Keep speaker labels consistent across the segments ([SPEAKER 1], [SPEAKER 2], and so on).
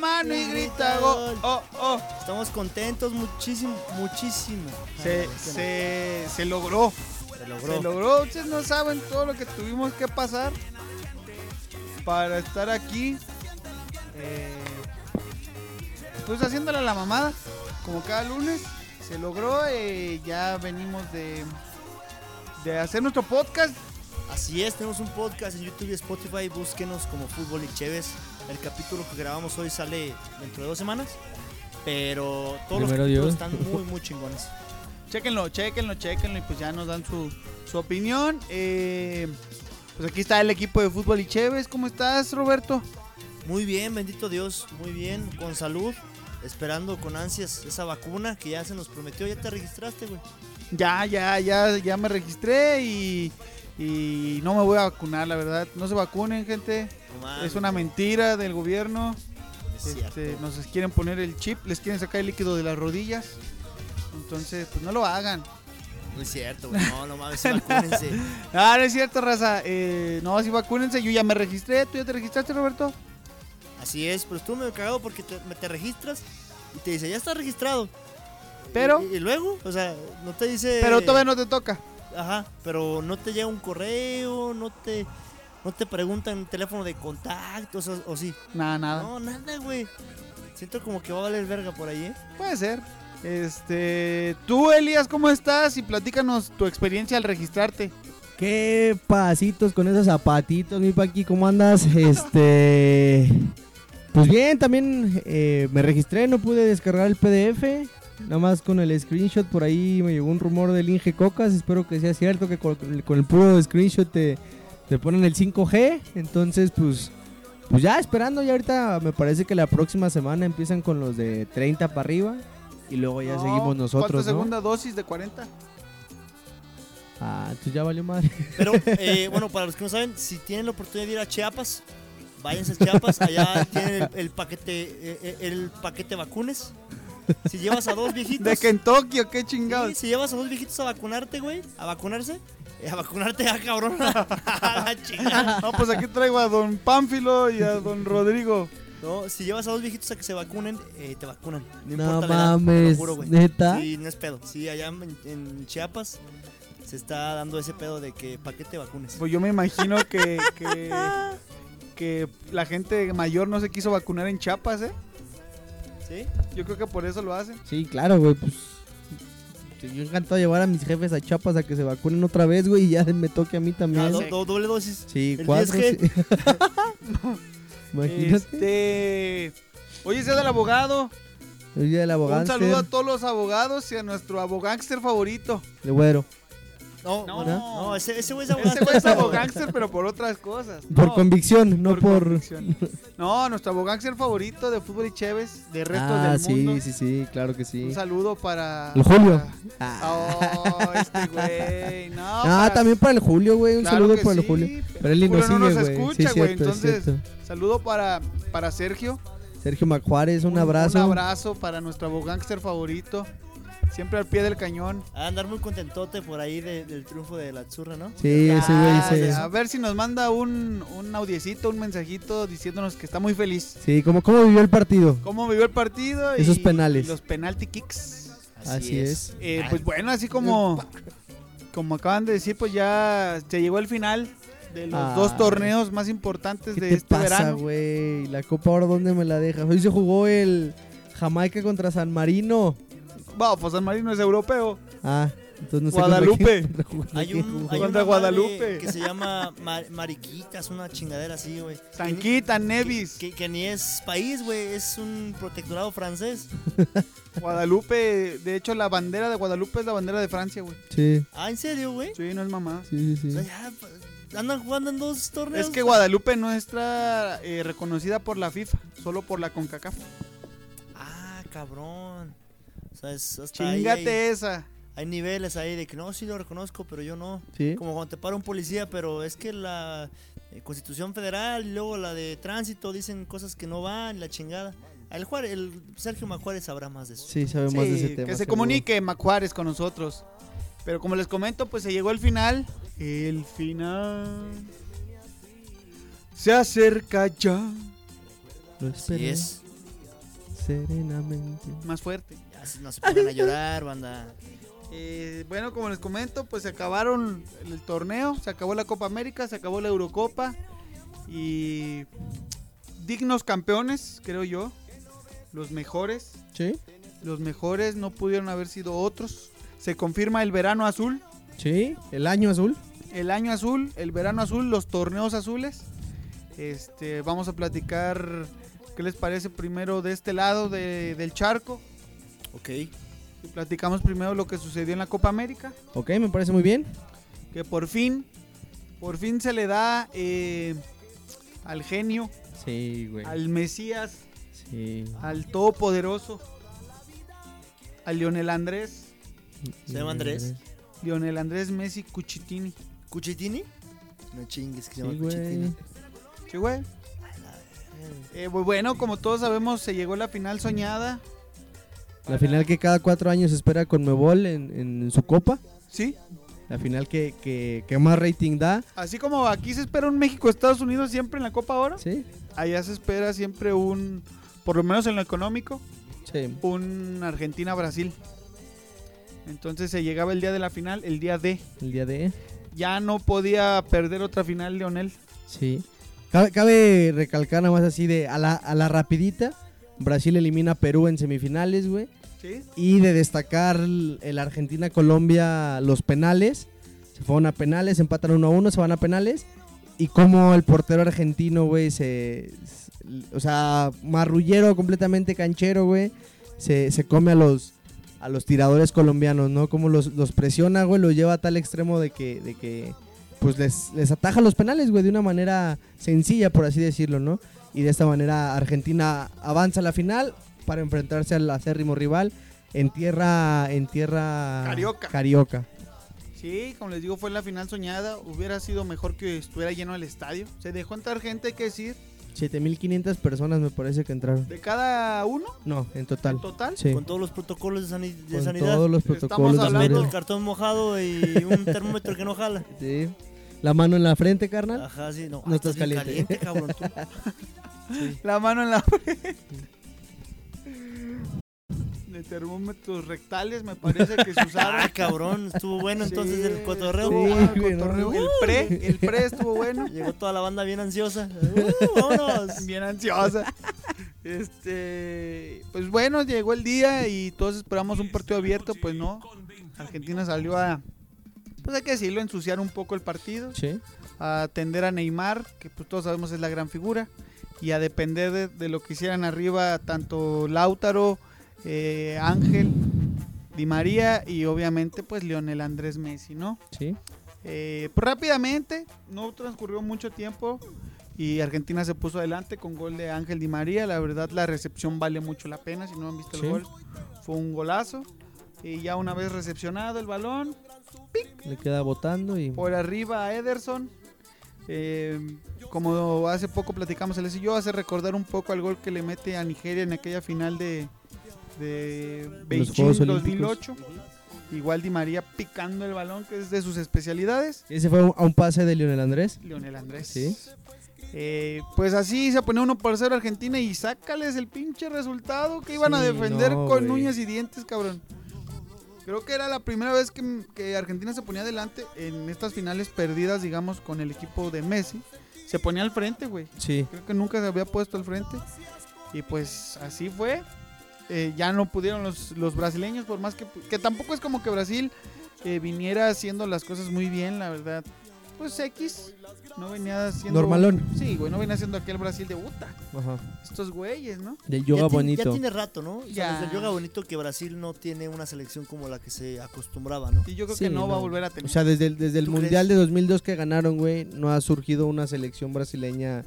[SPEAKER 1] mano y grita gol. Oh, oh.
[SPEAKER 2] Estamos contentos muchísimo, muchísimo.
[SPEAKER 1] Se, se, se logró.
[SPEAKER 2] Se logró.
[SPEAKER 1] Se logró. Ustedes no saben todo lo que tuvimos que pasar para estar aquí. Eh, pues haciéndole a la mamada, como cada lunes. Se logró. eh, ya venimos de, de hacer nuestro podcast.
[SPEAKER 2] Así es, tenemos un podcast en YouTube y Spotify. Búsquenos como Fútbol y Chévez. El capítulo que grabamos hoy sale dentro de dos semanas. Pero todos los
[SPEAKER 3] Primero
[SPEAKER 2] capítulos
[SPEAKER 3] Dios.
[SPEAKER 2] están muy, muy chingones.
[SPEAKER 1] Chéquenlo, chéquenlo, chéquenlo y pues ya nos dan su, su opinión. Eh, pues aquí está el equipo de fútbol y Chévez. ¿Cómo estás, Roberto?
[SPEAKER 2] Muy bien, bendito Dios. Muy bien, con salud. Esperando con ansias esa vacuna que ya se nos prometió. Ya te registraste, güey.
[SPEAKER 1] Ya, ya, ya, ya me registré y, y no me voy a vacunar, la verdad. No se vacunen, gente.
[SPEAKER 2] Ah, No mames,
[SPEAKER 1] Es una
[SPEAKER 2] güey,
[SPEAKER 1] mentira del gobierno.
[SPEAKER 2] es cierto.
[SPEAKER 1] Este, nos quieren poner el chip, les quieren sacar el líquido de las rodillas. Entonces, pues no lo hagan.
[SPEAKER 2] No es cierto, güey. No, no mames, vacúnense.
[SPEAKER 1] Ah, no es cierto, raza. Eh, no, sí, vacúnense. Yo ya me registré. ¿Tú ya te registraste, Roberto?
[SPEAKER 2] Así es, pero estuvo medio cagado porque te, me- te registras y te dice, ya está registrado.
[SPEAKER 1] Pero-
[SPEAKER 2] Y, y luego, o sea, no te dice.
[SPEAKER 1] Pero todavía no te toca.
[SPEAKER 2] Ajá, pero no te llega un correo, no te. No te preguntan el teléfono de contacto, o, sea, o sí.
[SPEAKER 1] Nada, nada.
[SPEAKER 2] No, nada, güey. Siento como que va a valer verga por ahí, ¿eh?
[SPEAKER 1] Puede ser. Este, tú Elías, ¿cómo estás? Y platícanos tu experiencia al registrarte.
[SPEAKER 3] Qué pasitos con esos zapatitos, mi Paqui, ¿cómo andas? Este. Pues bien, también eh, me registré, no pude descargar el PDF. Nada más con el screenshot, por ahí me llegó un rumor del Inge Cocas. Espero que sea cierto que con, con el puro screenshot te, te ponen el 5G. Entonces, pues. Pues ya esperando, ya ahorita me parece que la próxima semana empiezan con los de 30 para arriba. Y luego Pues ya
[SPEAKER 1] No,
[SPEAKER 3] seguimos nosotros.
[SPEAKER 1] Falta
[SPEAKER 3] ¿no?
[SPEAKER 1] segunda dosis de 40.
[SPEAKER 3] Ah, entonces ya valió madre.
[SPEAKER 2] Pero, eh, bueno, para los que no saben, si tienen la oportunidad de ir a Chiapas, váyanse a Chiapas. Allá tienen el, el paquete eh, eh, el paquete vacunes. Si llevas a dos viejitos.
[SPEAKER 1] De Kentucky, ¿o qué
[SPEAKER 2] Sí,
[SPEAKER 1] chingados?
[SPEAKER 2] si llevas a dos viejitos a vacunarte, güey, a vacunarse, eh, a vacunarte, ah, cabrón. A la chingada.
[SPEAKER 1] No, pues aquí traigo a don Pánfilo y a don Rodrigo.
[SPEAKER 2] No, si llevas a dos viejitos a que se vacunen, eh, te vacunan. No,
[SPEAKER 3] No,
[SPEAKER 2] importa la edad, te lo
[SPEAKER 3] mames,
[SPEAKER 2] juro, güey.
[SPEAKER 3] neta.
[SPEAKER 2] Sí, no es pedo. Sí, allá en, en Chiapas se está dando ese pedo de que pa' qué te vacunes.
[SPEAKER 1] Pues yo me imagino que, que, que la gente mayor no se quiso vacunar en Chiapas, ¿eh?
[SPEAKER 2] ¿Sí?
[SPEAKER 1] Yo creo que por eso lo hacen.
[SPEAKER 3] Sí, claro, güey, pues. Yo encantado de llevar a mis jefes a Chiapas a que se vacunen otra vez, güey, y ya me toque a mí
[SPEAKER 2] Ah,
[SPEAKER 3] también.
[SPEAKER 2] do- do- doble dosis.
[SPEAKER 3] sí,
[SPEAKER 2] el
[SPEAKER 3] cuatro.
[SPEAKER 2] 10G.
[SPEAKER 3] sí. Imagínate.
[SPEAKER 1] Este, oye, sea del abogado.
[SPEAKER 3] El día del abogado.
[SPEAKER 1] Un saludo a todos los abogados y a nuestro abogángster favorito.
[SPEAKER 3] De güero.
[SPEAKER 2] No,
[SPEAKER 1] No.
[SPEAKER 2] bueno, no, ese, ese güey es abogado.
[SPEAKER 1] Ese güey es abogángster, pero por otras cosas.
[SPEAKER 3] Por
[SPEAKER 1] No,
[SPEAKER 3] convicción, no por.
[SPEAKER 1] convicción. No, nuestro abogángster favorito de fútbol y Chévez, de resto
[SPEAKER 3] ah,
[SPEAKER 1] del
[SPEAKER 3] sí,
[SPEAKER 1] mundo.
[SPEAKER 3] sí, sí, claro que sí.
[SPEAKER 1] Un saludo para.
[SPEAKER 3] El Julio.
[SPEAKER 1] para-
[SPEAKER 3] Ah,
[SPEAKER 1] Oh, este güey. No,
[SPEAKER 3] Ah,
[SPEAKER 1] para-
[SPEAKER 3] también para el Julio, güey. Un
[SPEAKER 1] Claro
[SPEAKER 3] saludo
[SPEAKER 1] que
[SPEAKER 3] para el
[SPEAKER 1] sí,
[SPEAKER 3] Julio.
[SPEAKER 1] pero
[SPEAKER 3] Pero él
[SPEAKER 1] Julio no
[SPEAKER 3] no
[SPEAKER 1] nos
[SPEAKER 3] sigue, güey.
[SPEAKER 1] escucha,
[SPEAKER 3] sí, es
[SPEAKER 1] güey,
[SPEAKER 3] cierto, es
[SPEAKER 1] entonces-
[SPEAKER 3] cierto.
[SPEAKER 1] Saludo para, para Sergio.
[SPEAKER 3] Sergio Macuárez, un, abrazo.
[SPEAKER 1] Un abrazo para nuestro abogángster favorito. Siempre al pie del cañón.
[SPEAKER 2] Ha de andar muy contentote por ahí de- del triunfo de la zurra, ¿no?
[SPEAKER 3] Sí, ese güey,
[SPEAKER 1] Ah,
[SPEAKER 3] ese-
[SPEAKER 1] A ver si nos manda un, un audiecito, un mensajito diciéndonos que está muy feliz.
[SPEAKER 3] Sí, ¿cómo, ¿cómo vivió el partido?
[SPEAKER 1] ¿Cómo vivió el partido? y-
[SPEAKER 3] Esos penales.
[SPEAKER 1] y los penalty kicks.
[SPEAKER 3] Así es.
[SPEAKER 1] Eh, pues bueno, así como, como acaban de decir, pues ya se llegó el final de los
[SPEAKER 3] Ay.
[SPEAKER 1] dos torneos más importantes
[SPEAKER 3] ¿Qué
[SPEAKER 1] de
[SPEAKER 3] te
[SPEAKER 1] este
[SPEAKER 3] pasa,
[SPEAKER 1] verano.
[SPEAKER 3] güey? ¿La copa ahora dónde me la dejas? Hoy se jugó el Jamaica contra San Marino.
[SPEAKER 1] Bueno, pues San Marino es europeo.
[SPEAKER 3] Ah, entonces no sé
[SPEAKER 1] Guadalupe.
[SPEAKER 3] contra quién- contra
[SPEAKER 2] Hay
[SPEAKER 3] quién
[SPEAKER 2] un,
[SPEAKER 3] jugó.
[SPEAKER 2] hay
[SPEAKER 1] Contra
[SPEAKER 2] una madre
[SPEAKER 1] Guadalupe.
[SPEAKER 2] que se llama ma- Mariquitas, una chingadera así, güey.
[SPEAKER 1] Sanquita, Nevis,
[SPEAKER 2] Que, que- que ni es país, güey, es un protectorado francés.
[SPEAKER 1] Guadalupe. De hecho, la bandera de Guadalupe es la bandera de Francia, güey.
[SPEAKER 3] Sí,
[SPEAKER 2] Ah, ¿en serio, güey?
[SPEAKER 1] Sí, no es mamá.
[SPEAKER 3] sí,
[SPEAKER 2] O
[SPEAKER 3] sí.
[SPEAKER 2] sea,
[SPEAKER 3] sí.
[SPEAKER 2] ya, pa- andan jugando en dos torneos.
[SPEAKER 1] Es que Guadalupe no está eh, reconocida por la FIFA, solo por la CONCACAF.
[SPEAKER 2] Ah, cabrón. O sea, es hasta ahí
[SPEAKER 1] Chingate
[SPEAKER 2] hay,
[SPEAKER 1] esa.
[SPEAKER 2] hay niveles ahí de que no, sí lo reconozco, pero yo no.
[SPEAKER 3] Sí.
[SPEAKER 2] Como cuando te para un policía, pero es que la eh, Constitución Federal y luego la de tránsito dicen cosas que no van, la chingada. El, Juárez- el Sergio Majuárez sabrá más de eso.
[SPEAKER 3] Sí, sabe más de ese
[SPEAKER 1] Sí,
[SPEAKER 3] tema.
[SPEAKER 1] que se
[SPEAKER 3] seguro.
[SPEAKER 1] comunique Macuares con nosotros. Pero como les comento, pues se llegó el final. El final. Se acerca ya.
[SPEAKER 3] Lo
[SPEAKER 2] Sí
[SPEAKER 3] esperé.
[SPEAKER 2] es.
[SPEAKER 3] serenamente.
[SPEAKER 1] más fuerte.
[SPEAKER 2] Ya, si no se pongan a llorar, banda.
[SPEAKER 1] Eh, bueno, como les comento, pues se acabaron el torneo, se acabó la Copa América, se acabó la Eurocopa y dignos campeones, creo yo, los mejores,
[SPEAKER 3] Sí,
[SPEAKER 1] los mejores no pudieron haber sido otros. Se confirma el verano azul,
[SPEAKER 3] sí, el año azul.
[SPEAKER 1] el año azul, el verano azul, los torneos azules. Este, vamos a platicar qué les parece primero de este lado de- del charco.
[SPEAKER 2] Ok.
[SPEAKER 1] Y platicamos primero lo que sucedió en la Copa América.
[SPEAKER 3] Ok, me parece muy bien.
[SPEAKER 1] que por fin, por fin se le da eh, al genio,
[SPEAKER 3] Sí, güey.
[SPEAKER 1] al Mesías,
[SPEAKER 3] Sí.
[SPEAKER 1] al Todopoderoso, al Lionel Andrés,
[SPEAKER 2] Se llama Andrés.
[SPEAKER 1] Lionel Andrés Messi Cuchitini.
[SPEAKER 2] ¿Cuchitini? No chingues, que se
[SPEAKER 3] Sí,
[SPEAKER 2] llama
[SPEAKER 3] güey.
[SPEAKER 2] Cuchitini.
[SPEAKER 1] Sí, güey. Eh, pues bueno, como todos sabemos, se llegó la final soñada.
[SPEAKER 3] La final que cada cuatro años espera con Mebol en, en su copa.
[SPEAKER 1] Sí,
[SPEAKER 3] La final que, que, que más rating da.
[SPEAKER 1] así como aquí se espera un México-Estados Unidos siempre en la Copa ahora,
[SPEAKER 3] Sí,
[SPEAKER 1] allá se espera siempre un, por lo menos en lo económico,
[SPEAKER 3] sí.
[SPEAKER 1] un Argentina-Brasil. Entonces se llegaba el día de la final, el día D.
[SPEAKER 3] El día de.
[SPEAKER 1] Ya no podía perder otra final, Leonel.
[SPEAKER 3] Sí. Cabe, cabe recalcar nada más así de a la, a la rapidita. Brasil elimina a Perú en semifinales, güey.
[SPEAKER 1] Sí.
[SPEAKER 3] Y de destacar el el Argentina-Colombia los penales. Se fueron a penales, empatan 1 a 1, se van a penales. Y como el portero argentino, güey, se, s- O sea, marrullero, completamente canchero, güey. Se, se come a los, a los tiradores colombianos, ¿no? Como los, los presiona, güey, los lleva a tal extremo de que. De que pues les, les ataja los penales, güey, de una manera sencilla, por así decirlo, ¿no? Y de esta manera Argentina avanza a la final para enfrentarse al acérrimo rival en tierra en tierra
[SPEAKER 1] Carioca.
[SPEAKER 3] Carioca.
[SPEAKER 1] Sí, como les digo, fue la final soñada. Hubiera sido mejor que estuviera lleno el estadio. Se dejó entrar gente, hay que decir,
[SPEAKER 3] 7500 personas me parece que entraron.
[SPEAKER 1] de cada uno
[SPEAKER 3] No, en total.
[SPEAKER 1] en total.
[SPEAKER 3] Sí.
[SPEAKER 2] Con todos los protocolos de, sani- de
[SPEAKER 3] Con
[SPEAKER 2] sanidad.
[SPEAKER 3] todos los
[SPEAKER 1] Estamos
[SPEAKER 3] protocolos de
[SPEAKER 1] hablando-
[SPEAKER 2] Respeto,
[SPEAKER 3] seguridad.
[SPEAKER 2] el cartón mojado y un termómetro que no jala.
[SPEAKER 3] Sí. La mano en la frente, carnal.
[SPEAKER 2] Ajá, sí, no.
[SPEAKER 3] No
[SPEAKER 2] ah,
[SPEAKER 3] estás
[SPEAKER 2] bien
[SPEAKER 3] caliente.
[SPEAKER 2] cabrón, tú.
[SPEAKER 1] La mano en la frente. De termómetros rectales, me parece que se usaron.
[SPEAKER 2] Ah, cabrón, estuvo bueno entonces
[SPEAKER 1] Sí,
[SPEAKER 2] el cotorreo.
[SPEAKER 1] estuvo bueno
[SPEAKER 3] Sí,
[SPEAKER 1] el
[SPEAKER 3] güey, no,
[SPEAKER 1] cotorreo.
[SPEAKER 3] no.
[SPEAKER 1] El pre, el pre estuvo bueno.
[SPEAKER 2] Llegó toda la banda bien ansiosa. Uh, vámonos.
[SPEAKER 1] Bien ansiosa. Este, pues bueno, llegó el día y todos esperamos un partido abierto, pues no. Argentina salió a, pues hay que decirlo, ensuciar un poco el partido,
[SPEAKER 3] Sí.
[SPEAKER 1] a atender a Neymar, que pues todos sabemos es la gran figura, y a depender de, de lo que hicieran arriba tanto Lautaro, eh, Ángel, Di María y obviamente pues Lionel Andrés Messi, ¿no?
[SPEAKER 3] Sí.
[SPEAKER 1] Eh, pues, rápidamente, no transcurrió mucho tiempo y Argentina se puso adelante con gol de Ángel Di María. La verdad, la recepción vale mucho la pena. Si no han visto
[SPEAKER 3] Sí.
[SPEAKER 1] el gol, fue un golazo. Y ya una vez recepcionado el balón,
[SPEAKER 3] Le queda votando y
[SPEAKER 1] por arriba a Ederson. Eh, como hace poco platicamos, él y yo, hace recordar un poco al gol que le mete a Nigeria en aquella final de, de Beijing
[SPEAKER 3] Juegos Olímpicos.
[SPEAKER 1] 2008. Igual Di María picando el balón, que es de sus especialidades.
[SPEAKER 3] ese fue a un pase de Lionel Andrés.
[SPEAKER 1] Leonel Andrés.
[SPEAKER 3] Sí.
[SPEAKER 1] Eh, pues así se pone uno por 0 Argentina y sácales el pinche resultado que iban a
[SPEAKER 3] Sí,
[SPEAKER 1] defender
[SPEAKER 3] no,
[SPEAKER 1] con
[SPEAKER 3] güey.
[SPEAKER 1] uñas y dientes, cabrón. Creo que era la primera vez que, que Argentina se ponía adelante en estas finales perdidas, digamos, con el equipo de Messi. Se ponía al frente, güey.
[SPEAKER 3] Sí.
[SPEAKER 1] Creo que nunca se había puesto al frente. Y pues así fue. Eh, ya no pudieron los, los brasileños, por más que... Que tampoco es como que Brasil eh, viniera haciendo las cosas muy bien, la verdad. Pues X no venía haciendo...
[SPEAKER 3] Normalón.
[SPEAKER 1] Sí, güey, no venía haciendo aquel Brasil de puta.
[SPEAKER 3] Ajá.
[SPEAKER 1] Estos güeyes, ¿no?
[SPEAKER 3] Del
[SPEAKER 2] Ya
[SPEAKER 3] yoga
[SPEAKER 2] tiene- Ya
[SPEAKER 3] bonito.
[SPEAKER 2] tiene rato, ¿no? O sea,
[SPEAKER 1] Ya.
[SPEAKER 2] desde el yoga bonito que Brasil no tiene una selección como la que se acostumbraba, ¿no?
[SPEAKER 1] Y yo creo
[SPEAKER 3] Sí,
[SPEAKER 1] que no, va a
[SPEAKER 3] no.
[SPEAKER 1] volver a
[SPEAKER 3] O
[SPEAKER 1] tener.
[SPEAKER 3] sea, desde el, desde el
[SPEAKER 2] ¿Tú
[SPEAKER 3] Mundial de 2002 que ganaron, güey, no ha surgido una selección brasileña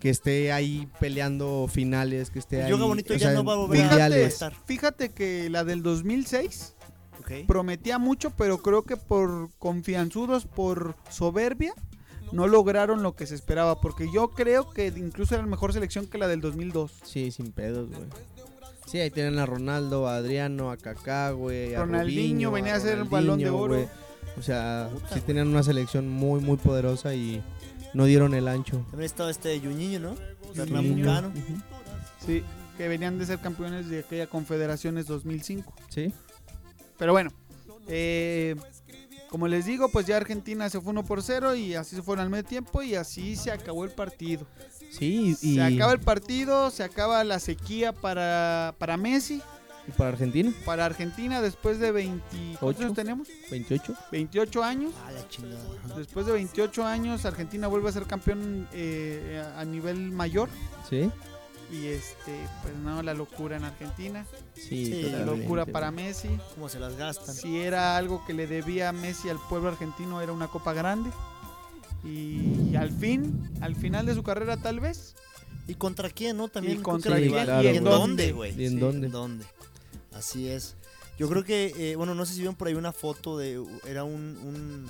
[SPEAKER 3] que esté ahí peleando finales, que esté
[SPEAKER 2] El
[SPEAKER 3] ahí.
[SPEAKER 2] yoga bonito
[SPEAKER 3] o
[SPEAKER 2] ya
[SPEAKER 3] sea,
[SPEAKER 2] no va a volver a-
[SPEAKER 1] fíjate,
[SPEAKER 3] mundiales.
[SPEAKER 2] estar.
[SPEAKER 1] fíjate que la del 2006
[SPEAKER 2] Ok.
[SPEAKER 1] prometía mucho, pero creo que por confianzudos, por soberbia, no lograron lo que se esperaba. Porque yo creo que incluso era la mejor selección que la del 2002.
[SPEAKER 3] Sí, sin pedos, güey. Sí, ahí tienen a Ronaldo, a Adriano, a Kaká, güey. a
[SPEAKER 1] Ronaldinho
[SPEAKER 3] Robinho,
[SPEAKER 1] venía a ser el
[SPEAKER 3] Ronaldinho,
[SPEAKER 1] Balón de Oro.
[SPEAKER 3] güey. O sea,
[SPEAKER 2] Puta,
[SPEAKER 3] sí
[SPEAKER 2] güey.
[SPEAKER 3] tenían una selección muy, muy poderosa y no dieron el ancho.
[SPEAKER 2] También estaba este Juninho, ¿no?
[SPEAKER 1] Juninho.
[SPEAKER 2] Pernambucano.
[SPEAKER 3] Ujú.
[SPEAKER 1] Sí. que venían de ser campeones de aquella Confederaciones 2005.
[SPEAKER 3] Sí.
[SPEAKER 1] Pero bueno, eh, como les digo, pues ya Argentina se fue 1 por 0 y así se fueron al medio tiempo y así se acabó el partido.
[SPEAKER 3] Sí, y,
[SPEAKER 1] Se acaba el partido, se acaba la sequía para, para Messi,
[SPEAKER 3] y para Argentina,
[SPEAKER 1] para Argentina después de 20, ¿cuántos
[SPEAKER 3] Ocho.
[SPEAKER 1] años tenemos?
[SPEAKER 3] 28.
[SPEAKER 1] 28 años.
[SPEAKER 2] Ah, la chingada. ajá.
[SPEAKER 1] Después de 28 años, Argentina vuelve a ser campeón eh, a nivel mayor.
[SPEAKER 3] Sí.
[SPEAKER 1] Y este, pues no, la locura en Argentina.
[SPEAKER 3] Sí,
[SPEAKER 2] Sí,
[SPEAKER 1] La
[SPEAKER 3] totalmente,
[SPEAKER 1] locura
[SPEAKER 3] güey.
[SPEAKER 1] para Messi.
[SPEAKER 2] ¿Cómo se las gastan?
[SPEAKER 1] Si era algo que le debía Messi al pueblo argentino, era una copa grande. Y, al fin, al final de su carrera, tal vez.
[SPEAKER 2] ¿Y contra quién, no? También.
[SPEAKER 1] ¿Y
[SPEAKER 2] creo
[SPEAKER 1] contra
[SPEAKER 2] que la
[SPEAKER 3] quién?
[SPEAKER 2] rival-
[SPEAKER 3] Claro,
[SPEAKER 2] ¿Y en
[SPEAKER 3] güey.
[SPEAKER 2] dónde, güey?
[SPEAKER 3] ¿Y en
[SPEAKER 2] Sí,
[SPEAKER 3] dónde?
[SPEAKER 2] ¿En dónde? Así es. Yo creo que, eh, bueno, no sé si vieron por ahí una foto de. Era un, un,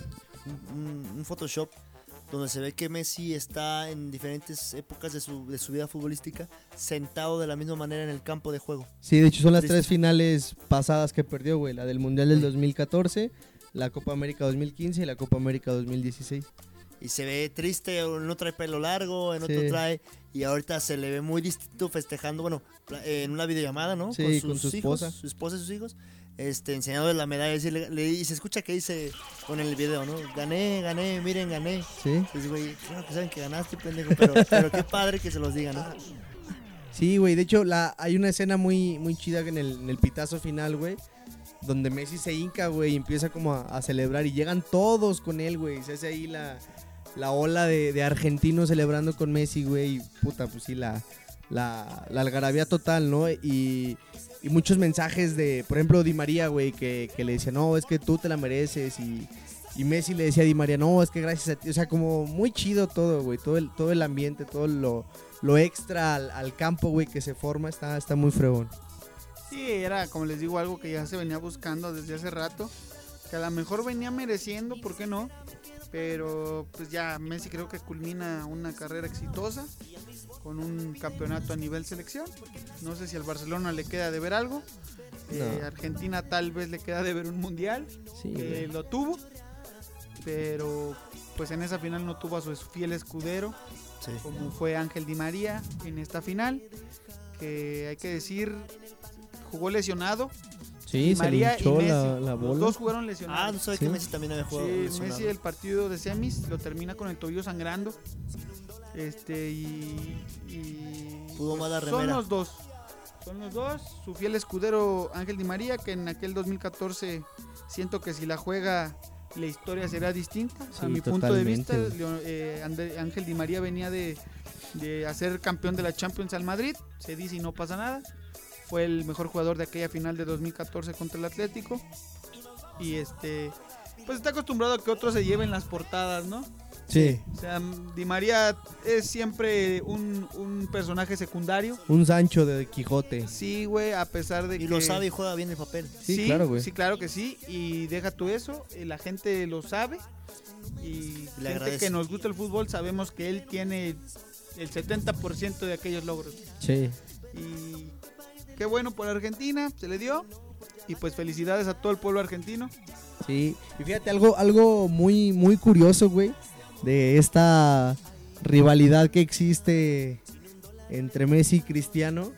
[SPEAKER 2] un- un Photoshop donde se ve que Messi está en diferentes épocas de su, de su vida futbolística sentado de la misma manera en el campo de juego.
[SPEAKER 3] Sí, de hecho son las
[SPEAKER 2] Triste.
[SPEAKER 3] tres finales pasadas que perdió, güey. La del Mundial del 2014, la Copa América 2015 y la Copa América 2016.
[SPEAKER 2] Y se ve triste, en uno trae pelo largo, en otro
[SPEAKER 3] Sí.
[SPEAKER 2] trae. Y ahorita se le ve muy distinto festejando, bueno, pla- eh, en una videollamada, ¿no?
[SPEAKER 3] Sí, con su
[SPEAKER 2] hijos,
[SPEAKER 3] esposa.
[SPEAKER 2] Su esposa y sus hijos. Este, enseñándole la medalla. Y, se le- le- y se escucha que dice con el video, ¿no? Gané, gané, miren, gané.
[SPEAKER 3] Sí.
[SPEAKER 2] Dices, güey, claro que saben que ganaste, pendejo, pero, pero qué padre que se los digan, ¿no?
[SPEAKER 3] Sí, güey. De hecho, la, hay una escena muy, muy chida en el, en el pitazo final, güey. Donde Messi se hinca, güey, y empieza como a, a celebrar. Y llegan todos con él, güey. Se hace ahí la, la ola de, de argentinos celebrando con Messi, güey. Y puta, pues sí, la, la, la algarabía total, ¿no? Y, y muchos mensajes de, por ejemplo, Di María, güey, que, que le decía, no, es que tú te la mereces. Y, y Messi le decía a Di María, no, es que gracias a ti. O sea, como muy chido todo, güey. Todo el, todo el ambiente, todo lo, lo extra al, al campo, güey, que se forma, está, está muy fregón.
[SPEAKER 1] Sí, era, como les digo, algo que ya se venía buscando desde hace rato. Que a lo mejor venía mereciendo, ¿por qué no? Pero pues ya Messi creo que culmina una carrera exitosa con un campeonato a nivel selección. No sé si al Barcelona le queda de ver algo. Eh,
[SPEAKER 3] No.
[SPEAKER 1] Argentina tal vez le queda de ver un mundial.
[SPEAKER 3] Sí,
[SPEAKER 1] que lo tuvo, pero pues en esa final no tuvo a su fiel escudero,
[SPEAKER 2] Sí.
[SPEAKER 1] como fue Ángel Di María en esta final, que hay que decir jugó lesionado. Di
[SPEAKER 3] se
[SPEAKER 1] María
[SPEAKER 3] le hinchó
[SPEAKER 1] y Messi,
[SPEAKER 3] la, la
[SPEAKER 1] los
[SPEAKER 3] bola.
[SPEAKER 1] dos jugaron
[SPEAKER 2] Ah, no
[SPEAKER 1] lesionados.
[SPEAKER 2] sabes
[SPEAKER 3] Sí.
[SPEAKER 2] que Messi también había jugado.
[SPEAKER 1] sí,
[SPEAKER 2] lesionado.
[SPEAKER 1] Messi el partido de semis lo termina con el tobillo sangrando. Este y, y- pues,
[SPEAKER 2] Pudo más la
[SPEAKER 1] son
[SPEAKER 2] remera.
[SPEAKER 1] los dos. Son los dos, su fiel escudero Ángel Di María, que en aquel 2014 siento que si la juega la historia será distinta. a
[SPEAKER 3] Sí,
[SPEAKER 1] mi punto de
[SPEAKER 3] totalmente,
[SPEAKER 1] vista,
[SPEAKER 3] güey.
[SPEAKER 1] Leo- eh, Ande- Ángel Di María venía de, de hacer campeón de la Champions al Madrid, se dice y no pasa nada. Fue el mejor jugador de aquella final de 2014 contra el Atlético. Y este, pues está acostumbrado a que otros se lleven las portadas, ¿no?
[SPEAKER 3] Sí,
[SPEAKER 1] O sea, Di María es siempre un, un personaje secundario.
[SPEAKER 3] un Sancho de Quijote.
[SPEAKER 1] Sí, güey, a pesar de que...
[SPEAKER 2] Y lo sabe y juega bien el papel.
[SPEAKER 3] Sí, claro, güey.
[SPEAKER 1] Sí, claro que sí. Y deja tú eso. eh, La gente lo sabe. Y
[SPEAKER 2] Le
[SPEAKER 1] la gente
[SPEAKER 2] agradece.
[SPEAKER 1] que nos gusta el fútbol sabemos que él tiene el 70% de aquellos logros.
[SPEAKER 3] Sí.
[SPEAKER 1] Y qué bueno por Argentina, se le dio. Y pues felicidades a todo el pueblo argentino.
[SPEAKER 3] Sí. Y fíjate, algo, algo muy, muy curioso, güey, de esta rivalidad que existe entre Messi y Cristiano.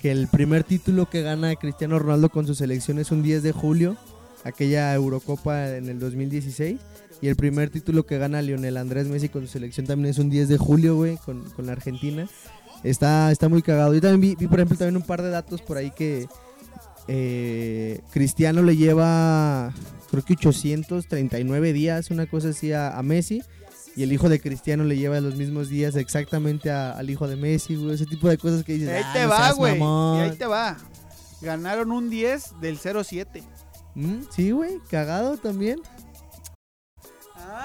[SPEAKER 3] Que el primer título que gana Cristiano Ronaldo con su selección es un 10 de julio, aquella Eurocopa en el 2016. Y el primer título que gana Lionel Andrés Messi con su selección también es un 10 de julio, güey, con, con la Argentina. Está, está muy cagado. Yo también vi, vi, por ejemplo, también un par de datos por ahí que eh, Cristiano le lleva, creo que 839 días, una cosa así, a, a Messi. Y el hijo de Cristiano le lleva los mismos días exactamente a- al hijo de Messi, güey. Ese tipo de cosas que
[SPEAKER 1] Y
[SPEAKER 3] dices.
[SPEAKER 1] ahí
[SPEAKER 3] "Ah,
[SPEAKER 1] te
[SPEAKER 3] no
[SPEAKER 1] va,
[SPEAKER 3] seas
[SPEAKER 1] güey.
[SPEAKER 3] mamón".
[SPEAKER 1] Y ahí te va. Ganaron un 10 del 07.
[SPEAKER 3] Mm, Sí, güey, cagado también.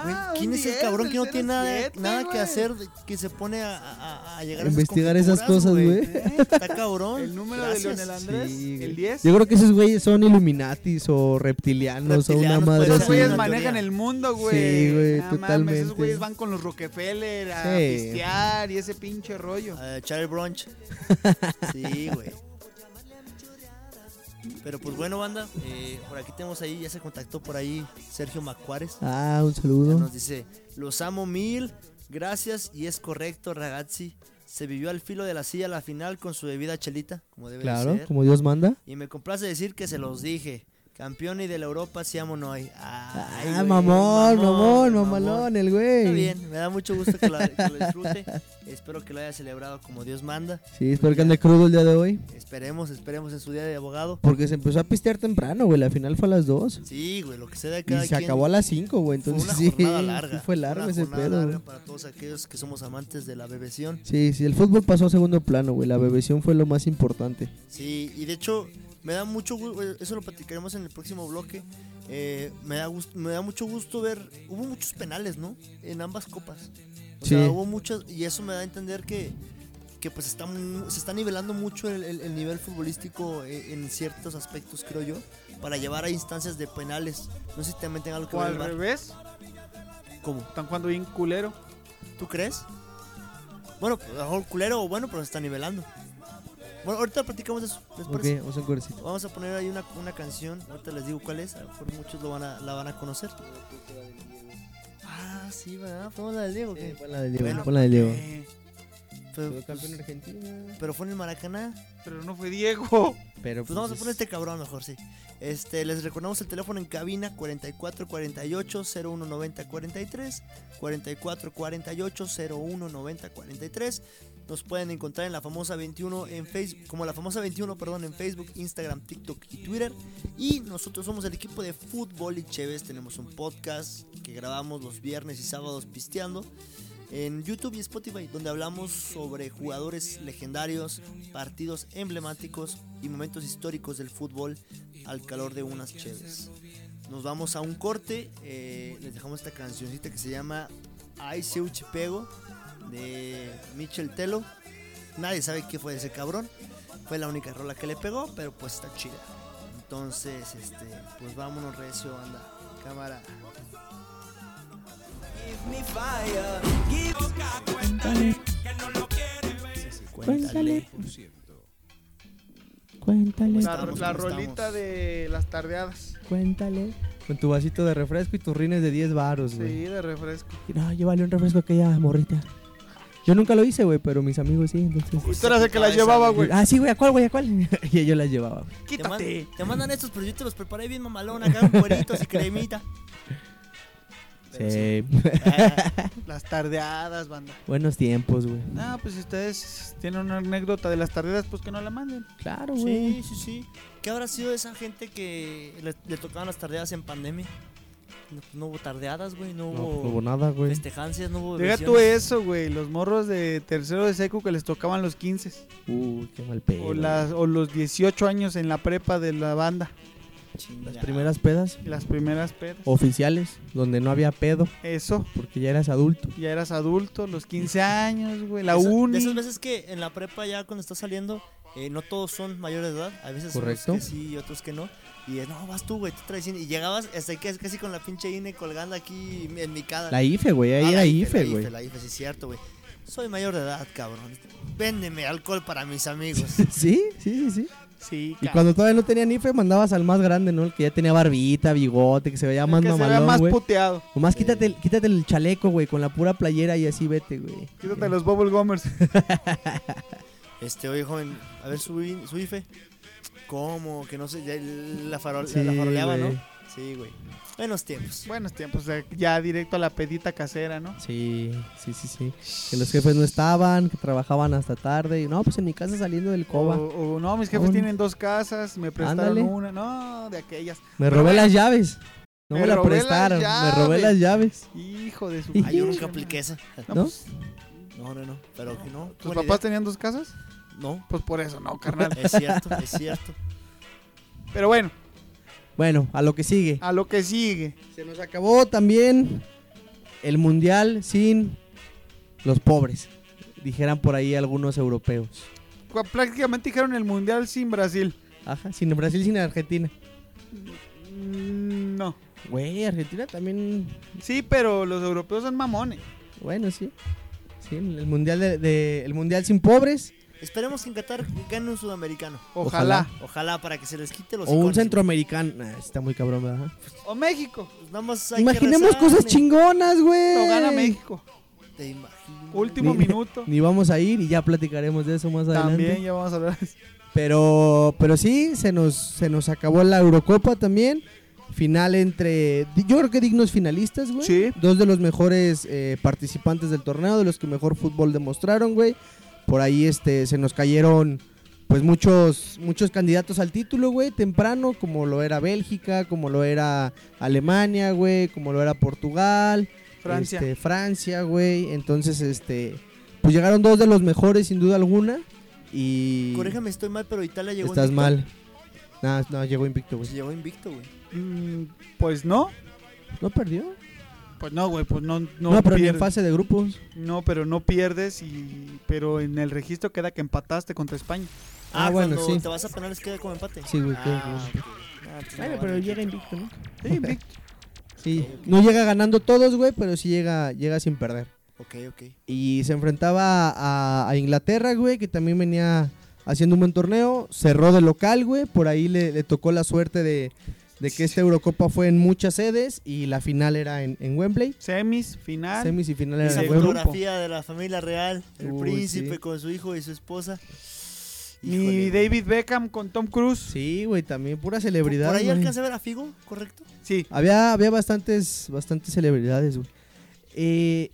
[SPEAKER 2] Güey,
[SPEAKER 1] Ah,
[SPEAKER 2] ¿Quién es el cabrón que no tiene nada, nada que hacer, de- que se pone a, a- a llegar
[SPEAKER 3] A investigar esas cosas, güey.
[SPEAKER 2] Está cabrón.
[SPEAKER 1] El número
[SPEAKER 2] Gracias.
[SPEAKER 1] de Leonel Andrés,
[SPEAKER 3] Sí, güey.
[SPEAKER 1] el 10.
[SPEAKER 3] Yo creo que esos güeyes son Illuminatis o reptilianos, o una
[SPEAKER 2] Reptilianos,
[SPEAKER 3] madre.
[SPEAKER 2] puede
[SPEAKER 1] Esos
[SPEAKER 2] ser.
[SPEAKER 1] güeyes
[SPEAKER 2] Sí,
[SPEAKER 3] así.
[SPEAKER 1] manejan
[SPEAKER 2] teoría.
[SPEAKER 1] el mundo, güey.
[SPEAKER 3] Sí, güey,
[SPEAKER 1] No mames,
[SPEAKER 3] totalmente.
[SPEAKER 1] Esos güeyes van con los Rockefeller a
[SPEAKER 3] Sí.
[SPEAKER 1] pistear y ese pinche rollo.
[SPEAKER 2] A echar el brunch. Sí, güey. Pero pues bueno, banda, eh, por aquí tenemos ahí, ya se contactó por ahí Sergio Macuares.
[SPEAKER 3] Ah, un
[SPEAKER 2] Ya
[SPEAKER 3] saludo.
[SPEAKER 2] Nos dice, los amo mil, gracias y es correcto, ragazzi. Se vivió al filo de la silla la final con su bebida chelita, como debe de
[SPEAKER 3] Claro,
[SPEAKER 2] ser.
[SPEAKER 3] como Dios manda.
[SPEAKER 2] Y me complace decir que se los dije. Campeón y de la Europa, siamo hoy. Ay,
[SPEAKER 3] ah,
[SPEAKER 2] güey,
[SPEAKER 3] mamón, mamón,
[SPEAKER 2] mamón.
[SPEAKER 3] mamalón, el güey.
[SPEAKER 2] Está bien, me da mucho gusto que, la- que lo disfrute. Espero que lo haya celebrado como Dios manda.
[SPEAKER 3] Sí, espero que ande crudo el día de hoy.
[SPEAKER 2] Esperemos, esperemos en su día de abogado.
[SPEAKER 3] Porque se empezó a pistear temprano, güey. La final fue a las 2.
[SPEAKER 2] Sí, güey, lo que sea de
[SPEAKER 3] Y
[SPEAKER 2] cada
[SPEAKER 3] se
[SPEAKER 2] quien.
[SPEAKER 3] acabó a las 5, güey.
[SPEAKER 2] Fue
[SPEAKER 3] Entonces
[SPEAKER 2] una
[SPEAKER 3] sí,
[SPEAKER 2] jornada
[SPEAKER 3] sí
[SPEAKER 2] larga.
[SPEAKER 3] fue largo
[SPEAKER 2] una
[SPEAKER 3] ese
[SPEAKER 2] jornada
[SPEAKER 3] pedo.
[SPEAKER 2] larga
[SPEAKER 3] güey.
[SPEAKER 2] para todos aquellos que somos amantes de la bebeción.
[SPEAKER 3] Sí, sí, el fútbol pasó a segundo plano, güey. La bebeción fue lo más importante.
[SPEAKER 2] Sí, y de hecho, me da mucho gusto, eso lo platicaremos en el próximo bloque. eh, me, da gust- me da mucho gusto ver, hubo muchos penales, ¿no? En ambas copas. O
[SPEAKER 3] Sí.
[SPEAKER 2] sea, hubo muchas, y eso me da a entender que, que pues está, mu- se está nivelando mucho el, el- el nivel futbolístico eh, en ciertos aspectos, creo yo, para llevar a instancias de penales. No sé si también tenga algo que
[SPEAKER 1] O
[SPEAKER 2] ver el
[SPEAKER 1] al
[SPEAKER 2] VAR.
[SPEAKER 1] revés,
[SPEAKER 2] ¿Cómo?
[SPEAKER 1] están jugando bien culero.
[SPEAKER 2] ¿Tú crees? Bueno, pues, a lo mejor culero o bueno, pero se está nivelando. Bueno, ahorita platicamos de eso. ¿les
[SPEAKER 3] Ok,
[SPEAKER 2] parece?
[SPEAKER 3] vamos a un cuercito.
[SPEAKER 2] Vamos a poner ahí una, una canción. Ahorita les digo cuál es. A lo mejor muchos lo van a, la van a conocer. Ah, sí, ¿verdad? Fue la del Diego. ¿qué?
[SPEAKER 3] Pon Eh, la de Diego,
[SPEAKER 2] Bueno,
[SPEAKER 3] pon la de Diego.
[SPEAKER 1] Eh,
[SPEAKER 2] Pero,
[SPEAKER 3] Fue campeón
[SPEAKER 2] pues,
[SPEAKER 3] Argentina.
[SPEAKER 2] pero fue en el Maracaná.
[SPEAKER 1] pero no fue Diego.
[SPEAKER 3] Pero
[SPEAKER 2] Pues vamos a
[SPEAKER 3] pues,
[SPEAKER 2] poner este cabrón mejor, sí. Este, les recordamos el teléfono en cabina 44 48 01 90 43 44 48 01 90 43. Nos pueden encontrar en la famosa 21 en Facebook, como la famosa 21, perdón, en Facebook, Instagram, TikTok y Twitter. Y nosotros somos el equipo de fútbol y Chéves. Tenemos un podcast que grabamos los viernes y sábados pisteando en YouTube y Spotify, donde hablamos sobre jugadores legendarios, partidos emblemáticos y momentos históricos del fútbol al calor de unas cheves. Nos vamos a un corte, eh, les dejamos esta cancioncita que se llama Ay Seu Chipego de Michel Telo. Nadie sabe qué fue de ese cabrón, fue la única rola que le pegó, pero pues está chida. Entonces, este, pues vámonos recio, anda, cámara.
[SPEAKER 3] Cuéntale. Cuéntale,
[SPEAKER 1] La,
[SPEAKER 2] estamos,
[SPEAKER 1] la
[SPEAKER 2] ¿cómo
[SPEAKER 1] rolita
[SPEAKER 2] estamos?
[SPEAKER 1] de las tardeadas.
[SPEAKER 3] cuéntale. Con tu vasito de refresco y tus rines de 10 varos, güey.
[SPEAKER 1] Sí, de refresco.
[SPEAKER 3] Y No, llévale un refresco a aquella morrita. Yo nunca lo hice, güey, pero mis amigos sí, entonces.
[SPEAKER 1] Y tú eras el que la llevaba, güey.
[SPEAKER 3] Ah, sí, güey, Ah, ¿a cuál, güey? ¿A cuál? y yo las llevaba, güey.
[SPEAKER 2] Te, man-
[SPEAKER 1] Quítate.
[SPEAKER 2] te mandan estos, pero yo te los preparé bien mamalón, acá con cueritos y cremita. Pero sí.
[SPEAKER 3] Sí.
[SPEAKER 2] Ah,
[SPEAKER 1] Las tardeadas, banda.
[SPEAKER 3] Buenos tiempos, güey.
[SPEAKER 1] Ah, pues si ustedes tienen una anécdota de las tardeadas, pues que no la manden.
[SPEAKER 3] Claro, güey.
[SPEAKER 2] sí, sí, sí. ¿Qué habrá sido de esa gente que le, le tocaban las tardeadas en pandemia? No, pues, no hubo tardeadas, güey, no,
[SPEAKER 3] No,
[SPEAKER 2] hubo
[SPEAKER 3] pues no hubo nada, güey.
[SPEAKER 2] festejancias, no hubo
[SPEAKER 1] Deja tú
[SPEAKER 2] bebeciones.
[SPEAKER 1] eso, güey. Los morros de tercero de seco que les tocaban los 15
[SPEAKER 3] Uy, qué mal pedo.
[SPEAKER 1] o, las, o los 18 años en la prepa de la banda.
[SPEAKER 2] Chinga.
[SPEAKER 3] Las primeras pedas
[SPEAKER 1] Las primeras pedas.
[SPEAKER 3] oficiales, donde no había pedo,
[SPEAKER 1] Eso,
[SPEAKER 3] porque ya eras adulto.
[SPEAKER 1] ya eras adulto, los 15 años, güey. La
[SPEAKER 2] Esa-
[SPEAKER 1] uni.
[SPEAKER 2] De esas veces que en la prepa ya cuando estás saliendo, eh, no todos son mayores de edad. A veces
[SPEAKER 3] Correcto.
[SPEAKER 2] unos que sí y otros que no. Y eh, no, vas tú, güey, tú traes INE. Y llegabas hasta que casi con la pinche INE colgando aquí en mi cara.
[SPEAKER 3] La E, IFE, güey, ahí
[SPEAKER 2] Ah,
[SPEAKER 3] era
[SPEAKER 2] la
[SPEAKER 3] IFE,
[SPEAKER 2] la
[SPEAKER 3] güey.
[SPEAKER 2] La IFE, sí es cierto, güey. Soy mayor de edad, cabrón. Véndeme alcohol para mis amigos.
[SPEAKER 3] Sí, sí, sí, sí.
[SPEAKER 1] Sí,
[SPEAKER 3] Y
[SPEAKER 1] ca-
[SPEAKER 3] cuando todavía no tenían IFE, mandabas al más grande, ¿no? El que ya tenía barbita, bigote, que se veía
[SPEAKER 1] el
[SPEAKER 3] más
[SPEAKER 1] que se vea
[SPEAKER 3] mamalón,
[SPEAKER 1] más
[SPEAKER 3] güey.
[SPEAKER 1] puteado.
[SPEAKER 3] Nomás quítate el, quítate el chaleco, güey, con la pura playera y así vete, güey.
[SPEAKER 1] Quítate los bubble gummers.
[SPEAKER 2] Este, oye, joven, a ver su, in- su IFE. ¿Cómo? Que no sé, ya el- la, farol,
[SPEAKER 3] Sí,
[SPEAKER 2] la faroleaba,
[SPEAKER 3] güey.
[SPEAKER 2] ¿no? Sí, güey. Buenos tiempos.
[SPEAKER 1] Buenos tiempos, o sea, este, pues, eh, ya directo a la pedita casera, ¿no?
[SPEAKER 3] Sí, sí, sí, sí. Que los jefes no estaban, que trabajaban hasta tarde. Y no, pues en mi casa saliendo del
[SPEAKER 1] O,
[SPEAKER 3] coba.
[SPEAKER 1] o no, mis jefes
[SPEAKER 3] Aún.
[SPEAKER 1] tienen dos casas, me prestaron
[SPEAKER 3] Ándale.
[SPEAKER 1] una, no, de aquellas.
[SPEAKER 3] Me robé
[SPEAKER 1] bueno.
[SPEAKER 3] las llaves. No
[SPEAKER 1] Me
[SPEAKER 3] me, la
[SPEAKER 1] robé las
[SPEAKER 3] prestaron, me robé
[SPEAKER 1] llaves.
[SPEAKER 3] las llaves.
[SPEAKER 1] Hijo de su
[SPEAKER 3] Ay,
[SPEAKER 2] Ay, Ah, yo
[SPEAKER 1] pinche
[SPEAKER 2] nunca
[SPEAKER 1] madre.
[SPEAKER 2] apliqué esa.
[SPEAKER 1] No,
[SPEAKER 3] ¿No?
[SPEAKER 1] pues,
[SPEAKER 2] No, no, no. Pero que no.
[SPEAKER 1] ¿Tus
[SPEAKER 2] buena
[SPEAKER 1] papás tenían dos casas?
[SPEAKER 2] idea. No.
[SPEAKER 1] Pues por eso, no, carnal.
[SPEAKER 2] Es cierto, es cierto.
[SPEAKER 1] Pero bueno,
[SPEAKER 3] Bueno, a lo que sigue.
[SPEAKER 1] a lo que sigue.
[SPEAKER 3] Se nos acabó también el mundial sin los pobres. Dijeran por ahí algunos europeos.
[SPEAKER 1] Cu- Prácticamente dijeron el mundial sin Brasil.
[SPEAKER 3] Ajá, sin Brasil, sin Argentina.
[SPEAKER 1] Mm, No.
[SPEAKER 3] Güey, Argentina también.
[SPEAKER 1] Sí, pero los europeos son mamones.
[SPEAKER 3] Bueno, sí. Sí, el mundial, de, de- el mundial sin pobres
[SPEAKER 2] Esperemos que en Qatar gane un sudamericano.
[SPEAKER 1] Ojalá.
[SPEAKER 2] Ojalá para que se les quite los
[SPEAKER 3] o un
[SPEAKER 2] iconos.
[SPEAKER 3] centroamericano. Nah, está muy cabrón, ¿verdad?
[SPEAKER 1] O México.
[SPEAKER 2] Pues nada más hay que
[SPEAKER 3] Imaginemos
[SPEAKER 2] rezar,
[SPEAKER 3] cosas
[SPEAKER 2] ne-
[SPEAKER 3] chingonas, güey.
[SPEAKER 1] Lo gana México.
[SPEAKER 2] Te imagino.
[SPEAKER 1] Último
[SPEAKER 3] Ni-
[SPEAKER 1] minuto.
[SPEAKER 3] Ni vamos a ir y ya platicaremos de eso más adelante.
[SPEAKER 1] También ya vamos a hablar.
[SPEAKER 3] Pero, pero sí, se nos, se nos acabó la Eurocopa también. Final entre, yo creo que dignos finalistas, güey.
[SPEAKER 1] Sí.
[SPEAKER 3] Dos de los mejores eh, participantes del torneo, de los que mejor fútbol demostraron, güey. Por ahí este, se nos cayeron pues muchos, muchos candidatos al título, güey, temprano, como lo era Bélgica, como lo era Alemania, güey, como lo era Portugal.
[SPEAKER 1] Francia.
[SPEAKER 3] Este, Francia, güey. Entonces, este, pues llegaron dos de los mejores, sin duda alguna. Y...
[SPEAKER 2] Corréjame, estoy mal, pero Italia llegó
[SPEAKER 3] Estás
[SPEAKER 2] invicto.
[SPEAKER 3] mal. Nah, no, llegó invicto, güey.
[SPEAKER 2] Pues llegó invicto, güey.
[SPEAKER 3] Este.
[SPEAKER 1] Mm, pues no.
[SPEAKER 3] ¿No perdió?
[SPEAKER 1] Pues no, güey, pues no, no,
[SPEAKER 3] No, pero ni en
[SPEAKER 1] pierdes.
[SPEAKER 3] fase de grupos.
[SPEAKER 1] No, pero no pierdes y pero en el registro queda que empataste contra España.
[SPEAKER 3] Ah, bueno,
[SPEAKER 2] cuando
[SPEAKER 3] sí.
[SPEAKER 2] Te vas a penales, queda como empate.
[SPEAKER 3] Sí, güey, queda como
[SPEAKER 2] Ah,
[SPEAKER 3] empate.
[SPEAKER 2] ok. Ah, entonces
[SPEAKER 3] Bueno,
[SPEAKER 2] no
[SPEAKER 3] pero
[SPEAKER 2] vale.
[SPEAKER 3] llega invicto, ¿no?
[SPEAKER 1] Sí, Vic.
[SPEAKER 3] Sí. No llega ganando todos, güey, pero sí llega, llega sin perder.
[SPEAKER 2] Ok, ok.
[SPEAKER 3] Y se enfrentaba a, a Inglaterra, güey, que también venía haciendo un buen torneo. Cerró de local, güey. Por ahí le, le tocó la suerte de, de que esta Eurocopa fue en muchas sedes y la final era en, en Wembley.
[SPEAKER 1] semis, final.
[SPEAKER 3] Semis y final
[SPEAKER 1] Ah.
[SPEAKER 2] Esa
[SPEAKER 3] era
[SPEAKER 1] se
[SPEAKER 3] en
[SPEAKER 1] fue
[SPEAKER 3] Wembley.
[SPEAKER 2] fotografía de la familia real, el
[SPEAKER 3] Uy,
[SPEAKER 2] príncipe
[SPEAKER 3] sí.
[SPEAKER 2] con su hijo y su esposa.
[SPEAKER 1] Ni
[SPEAKER 2] Híjole.
[SPEAKER 1] David Beckham con Tom Cruise. Sí.
[SPEAKER 3] Sí, güey, también pura
[SPEAKER 2] Por
[SPEAKER 3] celebridad.
[SPEAKER 2] ahí
[SPEAKER 3] güey.
[SPEAKER 2] alcancé a ver a Figo, ¿correcto?
[SPEAKER 3] Había, había bastantes, bastantes celebridades, güey. Eh,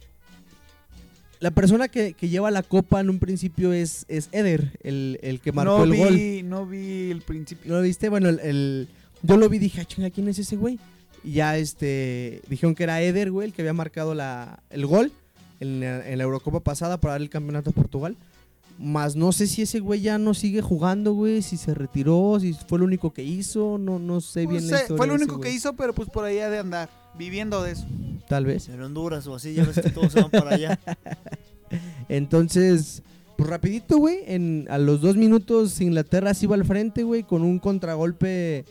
[SPEAKER 3] la persona que, que lleva la copa en un principio es, es Eder, el, el que marcó
[SPEAKER 1] no
[SPEAKER 3] el
[SPEAKER 1] vi,
[SPEAKER 3] gol.
[SPEAKER 1] no vi el principio.
[SPEAKER 3] ¿No lo viste? Bueno, el, el- yo lo vi y dije, ah, chinga, ¿quién es ese güey? Y ya este, dijeron que era Eder, güey, el que había marcado la, el gol en la, en la Eurocopa pasada para dar el campeonato a Portugal. Más no sé si ese güey ya no sigue jugando, güey, si se retiró, si fue lo único que hizo, no, no sé
[SPEAKER 1] Pues
[SPEAKER 3] bien
[SPEAKER 1] sé,
[SPEAKER 3] la historia.
[SPEAKER 1] fue lo
[SPEAKER 3] de ese
[SPEAKER 1] único que
[SPEAKER 3] güey.
[SPEAKER 1] hizo, pero pues por ahí ha de andar viviendo de eso.
[SPEAKER 3] Tal vez.
[SPEAKER 2] En Honduras o así, ya ves que todos se van para allá.
[SPEAKER 3] Entonces, pues rapidito, güey, en, a los dos minutos Inglaterra se iba al frente, güey, con un contragolpe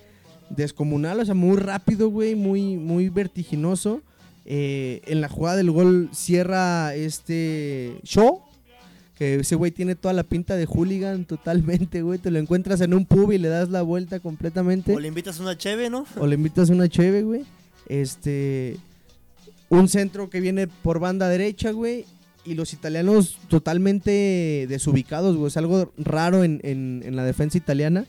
[SPEAKER 3] descomunal, o sea, muy rápido, güey, muy, muy vertiginoso. Eh, en la jugada del gol cierra este Shaw, que ese güey tiene toda la pinta de hooligan totalmente, güey. Te lo encuentras en un pub y le das la vuelta completamente.
[SPEAKER 2] O le invitas una cheve, ¿no?
[SPEAKER 3] O le invitas una cheve, güey. Este. Un centro que viene por banda derecha, güey. Y los italianos totalmente desubicados, güey. Es algo raro en, en- en la defensa italiana.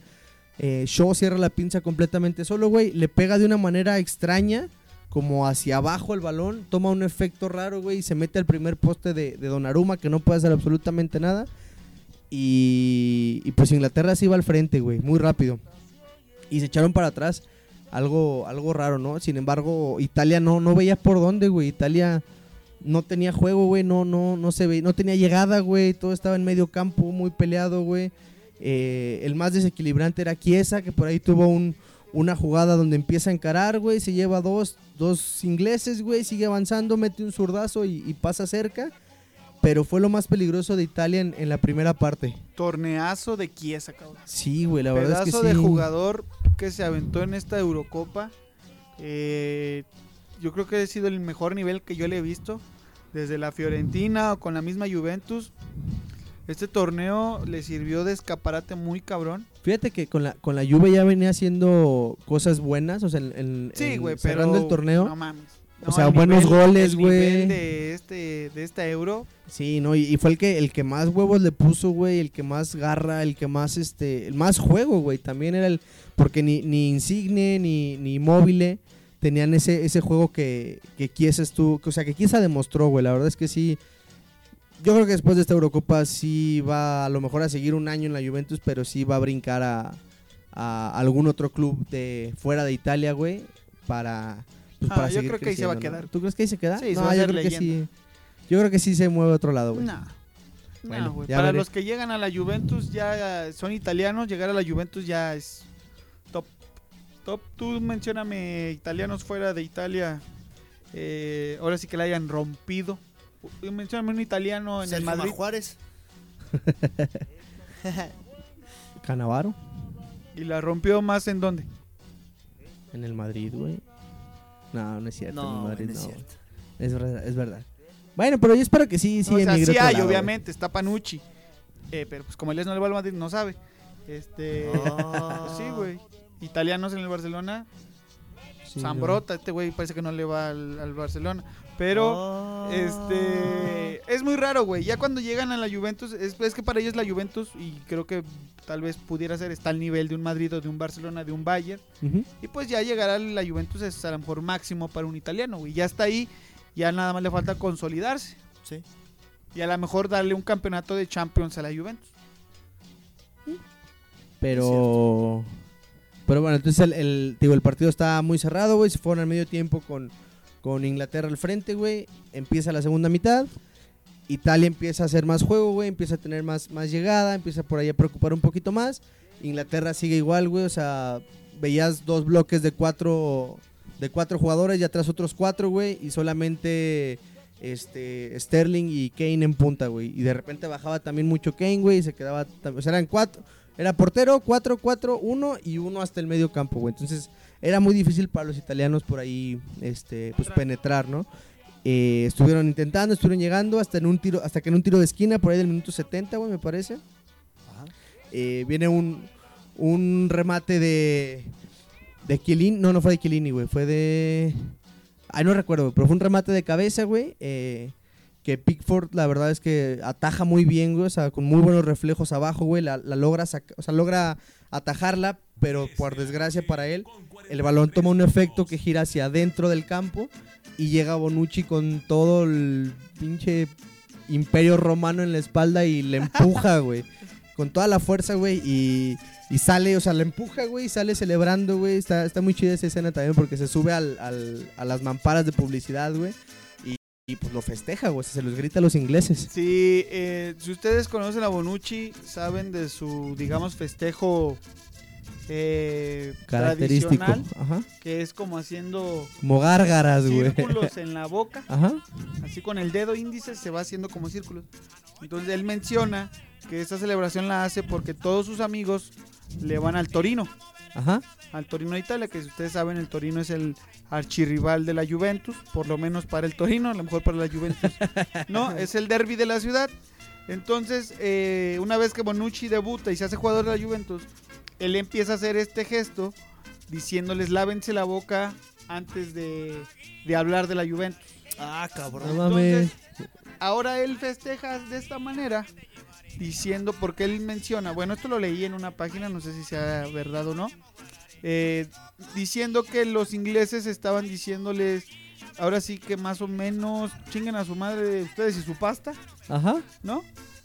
[SPEAKER 3] Eh, Shaw cierra la pinza completamente solo, güey. Le pega de una manera extraña, como hacia abajo el balón. Toma un efecto raro, güey. Y se mete al primer poste de, de Donnarumma, que no puede hacer absolutamente nada. Y, y pues Inglaterra se iba al frente, güey. Muy rápido. Y se echaron para atrás algo, algo raro, ¿no? Sin embargo, Italia no, no veía por dónde, güey. Italia no tenía juego, güey. No, no, no se ve, no tenía llegada, güey. Todo estaba en medio campo, muy peleado, güey. Eh, el más desequilibrante era Chiesa, que por ahí tuvo un- una jugada donde empieza a encarar, güey. Se lleva dos, dos ingleses, güey. Sigue avanzando, mete un zurdazo y, y pasa cerca. Pero fue lo más peligroso de Italia en, en la primera parte.
[SPEAKER 1] Torneazo de Chiesa, cabrón.
[SPEAKER 3] Sí, güey, la verdad
[SPEAKER 1] Pedazo
[SPEAKER 3] es que sí.
[SPEAKER 1] de jugador que se aventó en esta Eurocopa. Eh, yo creo que ha sido el mejor nivel que yo le he visto. Desde la Fiorentina o con la misma Juventus. Este torneo le sirvió de escaparate muy cabrón.
[SPEAKER 3] Fíjate que con la, con la Juve ya venía haciendo cosas buenas, o sea, en, en-
[SPEAKER 1] Sí,
[SPEAKER 3] en-
[SPEAKER 1] güey, pero.
[SPEAKER 3] cerrando el torneo.
[SPEAKER 1] No mames.
[SPEAKER 3] O sea,
[SPEAKER 1] el
[SPEAKER 3] buenos goles,
[SPEAKER 1] el
[SPEAKER 3] güey.
[SPEAKER 1] nivel De, este, de esta Euro.
[SPEAKER 3] Sí, no, y, y fue el que el que más huevos le puso, güey, el que más garra, el que más este, el más juego, güey, también era el porque ni ni Insigne ni ni Móvil tenían ese ese juego que que Chiesa estuvo, que- o sea, que Chiesa demostró, güey, la verdad es que sí yo creo que después de esta Eurocopa sí va a lo mejor a seguir un año en la Juventus, pero sí va a brincar a, a algún otro club de fuera de Italia, güey, para pues,
[SPEAKER 1] Ah,
[SPEAKER 3] para
[SPEAKER 1] yo
[SPEAKER 3] seguir
[SPEAKER 1] creo que ahí se va a
[SPEAKER 3] creciendo, ¿no?
[SPEAKER 1] quedar.
[SPEAKER 3] ¿Tú crees que ahí se queda?
[SPEAKER 1] Sí, se
[SPEAKER 3] no,
[SPEAKER 1] va a
[SPEAKER 3] yo
[SPEAKER 1] hacer
[SPEAKER 3] creo que sí.
[SPEAKER 1] leyenda.
[SPEAKER 3] Yo creo que sí se mueve a otro lado, güey.
[SPEAKER 1] No. No,
[SPEAKER 3] Bueno,
[SPEAKER 1] güey.
[SPEAKER 3] ya
[SPEAKER 1] Para
[SPEAKER 3] veré.
[SPEAKER 1] los que llegan a la Juventus ya son italianos, llegar a la Juventus ya es top. Top, tú mencioname italianos fuera de Italia. eh, ahora sí que la hayan rompido. U- Mencióname un italiano en
[SPEAKER 2] Sergio
[SPEAKER 1] el Madrid
[SPEAKER 2] Juárez.
[SPEAKER 3] Canavaro
[SPEAKER 1] y la rompió más en dónde.
[SPEAKER 3] en el Madrid, güey. No, no es cierto. en el
[SPEAKER 2] No, güey,
[SPEAKER 3] Madrid
[SPEAKER 2] no es
[SPEAKER 3] no, güey.
[SPEAKER 2] cierto.
[SPEAKER 3] es verdad, es verdad. Bueno, pero yo espero que sí, sí.
[SPEAKER 1] o sea,
[SPEAKER 3] emigre
[SPEAKER 1] sí
[SPEAKER 3] a otro
[SPEAKER 1] hay,
[SPEAKER 3] lado, güey.
[SPEAKER 1] obviamente, está Panucci. Eh, pero pues como él es no le va al Madrid, no sabe. Este.
[SPEAKER 2] Ah.
[SPEAKER 1] pues sí, güey. Italianos en el Barcelona.
[SPEAKER 3] Sí,
[SPEAKER 1] Zambrota, este güey parece que no le va al, al Barcelona. Pero
[SPEAKER 2] Ah.
[SPEAKER 1] este es muy raro, güey. Ya cuando llegan a la Juventus, es, es que para ellos la Juventus, y creo que tal vez pudiera ser, está al nivel de un Madrid o de un Barcelona, de un Bayern.
[SPEAKER 3] Ujú.
[SPEAKER 1] Y pues ya llegará la Juventus es a lo mejor máximo para un italiano, güey. Ya está ahí, ya nada más le falta consolidarse.
[SPEAKER 2] Sí.
[SPEAKER 1] Y a lo mejor darle un campeonato de Champions a la Juventus.
[SPEAKER 3] Pero. Pero bueno, entonces el, el- digo, el partido está muy cerrado, güey. Se fueron al medio tiempo con, con Inglaterra al frente, güey. Empieza la segunda mitad. Italia empieza a hacer más juego, güey. Empieza a tener más, más llegada. Empieza por ahí a preocupar un poquito más. Inglaterra sigue igual, güey. O sea, veías dos bloques de cuatro, de cuatro jugadores y atrás otros cuatro, güey. Y solamente este, Sterling y Kane en punta, güey. Y de repente bajaba también mucho Kane, güey. Y se quedaba. tam- O sea, eran cuatro. Era portero, 4, 4, 1 y uno hasta el medio campo, güey. Entonces era muy difícil para los italianos por ahí este, pues, penetrar, ¿no? Eh, estuvieron intentando, estuvieron llegando hasta, en un tiro, hasta que en un tiro de esquina, por ahí del minuto 70, güey, me parece. Eh, viene un, un remate de. De Chiellini. No, no fue de Chiellini, güey. Fue de. Ay, no recuerdo, pero fue un remate de cabeza, güey. eh, que Pickford, la verdad es que ataja muy bien, güey. O sea, con muy buenos reflejos abajo, güey. La, la logra saca- o sea, logra atajarla, pero por desgracia para él, el balón toma un efecto que gira hacia adentro del campo y llega Bonucci con todo el pinche imperio romano en la espalda y le empuja, güey. Con toda la fuerza, güey, y, y sale, o sea, le empuja, güey, y sale celebrando, güey. Está, está muy chida esa escena también porque se sube al- al- a las mamparas de publicidad, güey. Y, y, pues lo festeja, güey, o sea, se los grita a los ingleses.
[SPEAKER 1] Sí, eh, si ustedes conocen a Bonucci, saben de su, digamos, festejo eh,
[SPEAKER 3] Característico.
[SPEAKER 1] tradicional,
[SPEAKER 3] Ajá.
[SPEAKER 1] que es como haciendo
[SPEAKER 3] Como gárgaras, güey.
[SPEAKER 1] círculos en la boca,
[SPEAKER 3] Ajá.
[SPEAKER 1] así con el dedo índice se va haciendo como círculos. Entonces él menciona que esta celebración la hace porque todos sus amigos le van al Torino,
[SPEAKER 3] Ajá.
[SPEAKER 1] al Torino de Italia, que si ustedes saben el Torino es el archirrival de la Juventus, por lo menos para el Torino, a lo mejor para la Juventus. No, es el derby de la ciudad. Entonces, eh, una vez que Bonucci debuta y se hace jugador de la Juventus, él empieza a hacer este gesto diciéndoles lávense la boca antes de, de hablar de la Juventus.
[SPEAKER 2] Ah,
[SPEAKER 3] No
[SPEAKER 2] cabrón.
[SPEAKER 3] mames.
[SPEAKER 1] Ahora él festeja de esta manera diciendo, porque él menciona, bueno, esto lo leí en una página, no sé si sea verdad o no, eh, diciendo que los ingleses estaban diciéndoles, ahora sí que más o menos chinguen a su madre de ustedes y su pasta,
[SPEAKER 3] Ajá.
[SPEAKER 1] ¿no?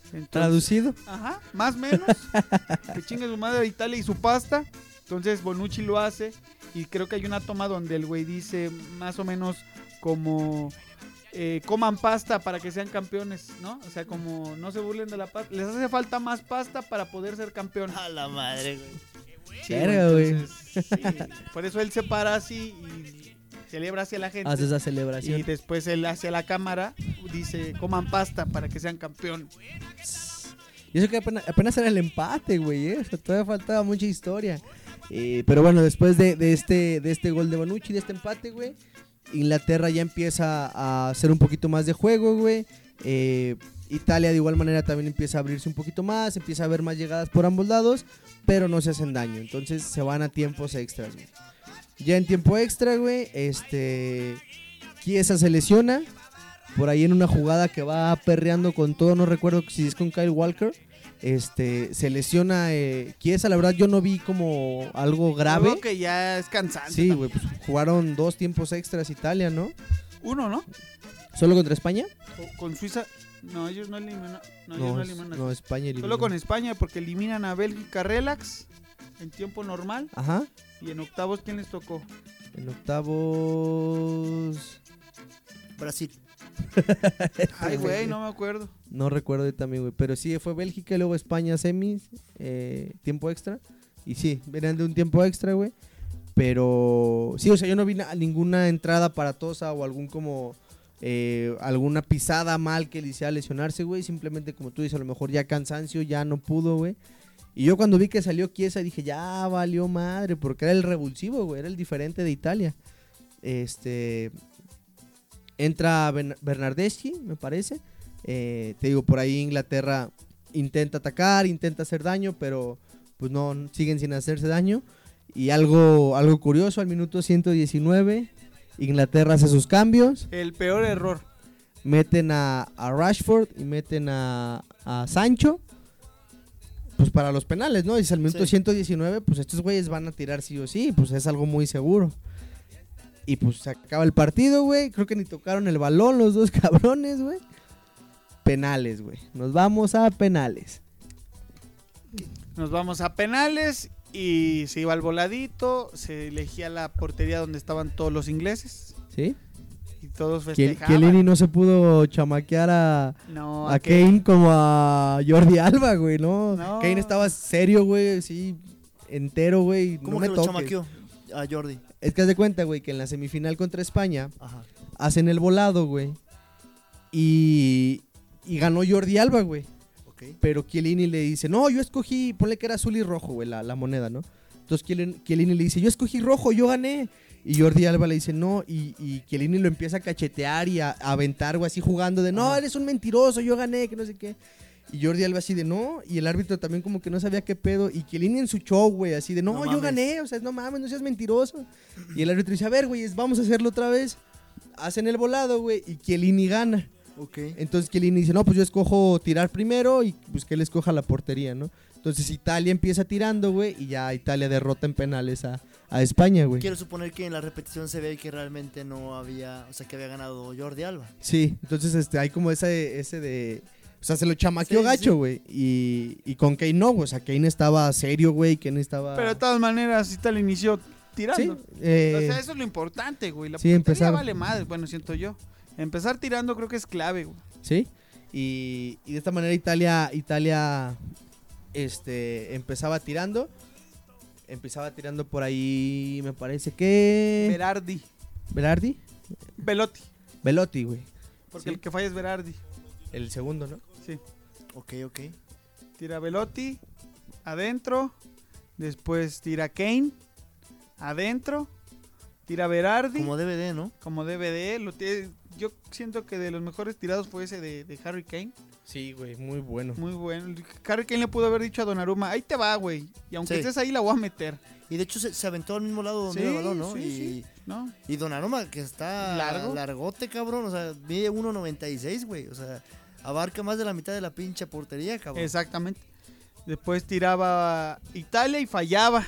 [SPEAKER 1] Entonces,
[SPEAKER 3] Traducido.
[SPEAKER 1] ajá, más o menos, que chingue su madre de Italia y su pasta. Entonces Bonucci lo hace y creo que hay una toma donde el güey dice más o menos como eh, coman pasta para que sean campeones, ¿no? O sea, como no se burlen de la pasta. Les hace falta más pasta para poder ser campeones.
[SPEAKER 2] A la madre, güey.
[SPEAKER 1] Sí, güey,
[SPEAKER 3] Ah, verga, güey.
[SPEAKER 1] entonces, sí. Por eso él se para así y celebra hacia la gente.
[SPEAKER 3] Hace esa
[SPEAKER 1] y
[SPEAKER 3] celebración.
[SPEAKER 1] después él hacia la cámara dice coman pasta para que sean campeones.
[SPEAKER 3] Y eso que apenas, apenas era el empate, güey. ¿eh? O sea, todavía faltaba mucha historia. Eh, pero bueno, después de, de este, de este gol de Bonucci, de este empate, güey, Inglaterra ya empieza a hacer un poquito más de juego, güey. Eh, Italia de igual manera también empieza a abrirse un poquito más, empieza a haber más llegadas por ambos lados, pero no se hacen daño. Entonces se van a tiempos extras, güey. Ya en tiempo extra, güey, este. Chiesa se lesiona. Por ahí en una jugada que va perreando con todo, no recuerdo si es con Kyle Walker. Este, se lesiona eh, Chiesa, la verdad yo no vi como algo grave.
[SPEAKER 1] Luego que ya es cansante.
[SPEAKER 3] Sí,
[SPEAKER 1] también.
[SPEAKER 3] güey, pues jugaron dos tiempos extras Italia, ¿no?
[SPEAKER 1] Uno, ¿no?
[SPEAKER 3] ¿Solo contra España?
[SPEAKER 1] O- Con Suiza. No, ellos no eliminan. No, ellos
[SPEAKER 3] No,
[SPEAKER 1] no
[SPEAKER 3] es-
[SPEAKER 1] eliminan.
[SPEAKER 3] no, España eliminó.
[SPEAKER 1] Solo con España, porque eliminan a Bélgica relax en tiempo normal.
[SPEAKER 3] Ajá,
[SPEAKER 1] Y en octavos, ¿quién les tocó?
[SPEAKER 3] en octavos...
[SPEAKER 2] Brasil.
[SPEAKER 3] Este
[SPEAKER 1] Ay, güey, no me acuerdo.
[SPEAKER 3] No recuerdo yo también, güey, pero sí, fue Bélgica y luego España semis, eh, tiempo extra. Y sí, venían de un tiempo extra, güey. Pero sí, o sea, yo no vi na- ninguna entrada aparatosa o algún como... eh, alguna pisada mal que le hiciera lesionarse, güey. Simplemente, como tú dices, a lo mejor ya cansancio, ya no pudo, güey. Y yo cuando vi que salió Chiesa dije, ya valió madre, porque era el revulsivo, güey, era el diferente de Italia. Este. Entra Ben- Bernardeschi, me parece. Eh, te digo, por ahí Inglaterra intenta atacar, intenta hacer daño, pero pues no, siguen sin hacerse daño. Y algo, algo curioso, al minuto 119, Inglaterra hace sus cambios,
[SPEAKER 1] El peor error.
[SPEAKER 3] meten a, a Rashford y meten a, a Sancho. Pues para los penales, ¿no? Y al minuto
[SPEAKER 2] Sí.
[SPEAKER 3] 119, pues estos güeyes van a tirar sí o sí, pues es algo muy seguro. Y pues se acaba el partido, güey. Creo que ni tocaron el balón los dos cabrones, güey. Penales, güey. Nos vamos a penales.
[SPEAKER 1] Nos vamos a penales y se iba al voladito, se elegía la portería donde estaban todos los ingleses
[SPEAKER 3] ¿Sí?
[SPEAKER 1] y todos
[SPEAKER 3] Que
[SPEAKER 1] festejaban.
[SPEAKER 3] Lini no se pudo chamaquear a,
[SPEAKER 1] No,
[SPEAKER 3] a
[SPEAKER 1] aquel-
[SPEAKER 3] Kane como a Jordi Alba, güey, ¿no?
[SPEAKER 1] No.
[SPEAKER 3] Kane estaba serio, güey, sí, entero, güey.
[SPEAKER 2] ¿Cómo
[SPEAKER 3] no me
[SPEAKER 2] que lo
[SPEAKER 3] toques.
[SPEAKER 2] chamaqueó? A Jordi.
[SPEAKER 3] Es que haz de cuenta, güey, que en la semifinal contra España
[SPEAKER 2] Ajá.
[SPEAKER 3] hacen el volado, güey. Y, y ganó Jordi Alba, güey.
[SPEAKER 2] Ok.
[SPEAKER 3] Pero Chiellini le dice, no, yo escogí, ponle que era azul y rojo, güey, la, la moneda, ¿no? Entonces Chiellini, Chiellini le dice, yo escogí rojo, yo gané. Y Jordi Alba le dice, no, y, y Chiellini lo empieza a cachetear y a, a aventar, güey, así jugando de, no,
[SPEAKER 2] Ajá.
[SPEAKER 3] eres un mentiroso, yo gané, que no sé qué. Y Jordi Alba así de, no, y el árbitro también como que no sabía qué pedo. Y Chiellini en su show, güey, así de, no,
[SPEAKER 2] No
[SPEAKER 3] yo
[SPEAKER 2] mames.
[SPEAKER 3] gané, o sea, no mames, no seas mentiroso. Y el árbitro dice, a ver, güey, es- vamos a hacerlo otra vez. Hacen el volado, güey, y Chiellini gana.
[SPEAKER 2] Ok.
[SPEAKER 3] Entonces Chiellini dice, no, pues yo escojo tirar primero y pues que él escoja la portería, ¿no? Entonces Italia empieza tirando, güey, y ya Italia derrota en penales a, a España, güey.
[SPEAKER 2] Quiero suponer que en la repetición se ve que realmente no había, o sea, que había ganado Jordi Alba.
[SPEAKER 3] Sí, entonces este, hay como ese, ese de... O sea, se lo chamaqueó
[SPEAKER 2] Sí, sí,
[SPEAKER 3] gacho, güey. Y, y con Kane no, güey. O sea, Kane estaba serio, güey. Kane estaba...
[SPEAKER 1] Pero de todas maneras, tal inició
[SPEAKER 3] Sí,
[SPEAKER 1] tirando.
[SPEAKER 3] eh,
[SPEAKER 1] O sea, eso es lo importante, güey. La
[SPEAKER 3] sí,
[SPEAKER 1] portería
[SPEAKER 3] empezar.
[SPEAKER 1] vale madre, bueno, siento yo. Empezar tirando creo que es clave, güey.
[SPEAKER 3] ¿sí? Y, y de esta manera Italia, Italia este, empezaba tirando. Empezaba tirando por ahí, me parece que...
[SPEAKER 1] Berardi.
[SPEAKER 3] Berardi.
[SPEAKER 1] Velotti.
[SPEAKER 3] Velotti, güey.
[SPEAKER 1] Porque
[SPEAKER 3] Sí.
[SPEAKER 1] el que falla es Berardi.
[SPEAKER 3] El segundo, ¿no?
[SPEAKER 1] Sí.
[SPEAKER 2] Ok, ok.
[SPEAKER 1] Tira Velotti. Adentro. Después tira Kane. Adentro. Tira Berardi.
[SPEAKER 2] Como DVD, ¿no?
[SPEAKER 1] como DVD. Lo tie- yo siento que de los mejores tirados fue ese de, de Harry Kane.
[SPEAKER 3] Sí, güey, muy bueno.
[SPEAKER 1] Muy bueno. Harry Kane le pudo haber dicho a Donnarumma, ahí te va, güey. Y aunque
[SPEAKER 2] Sí.
[SPEAKER 1] estés ahí, la voy a meter.
[SPEAKER 2] Y de hecho se, se aventó al mismo lado donde
[SPEAKER 1] Sí,
[SPEAKER 2] iba el balón, ¿no?
[SPEAKER 1] sí,
[SPEAKER 2] y,
[SPEAKER 1] sí. ¿No?
[SPEAKER 2] y Donnarumma, que está
[SPEAKER 1] Largo.
[SPEAKER 2] largote, cabrón. O sea, mide 1.96, güey. O sea, abarca más de la mitad de la pinche portería, cabrón.
[SPEAKER 1] Exactamente. Después tiraba Italia y fallaba.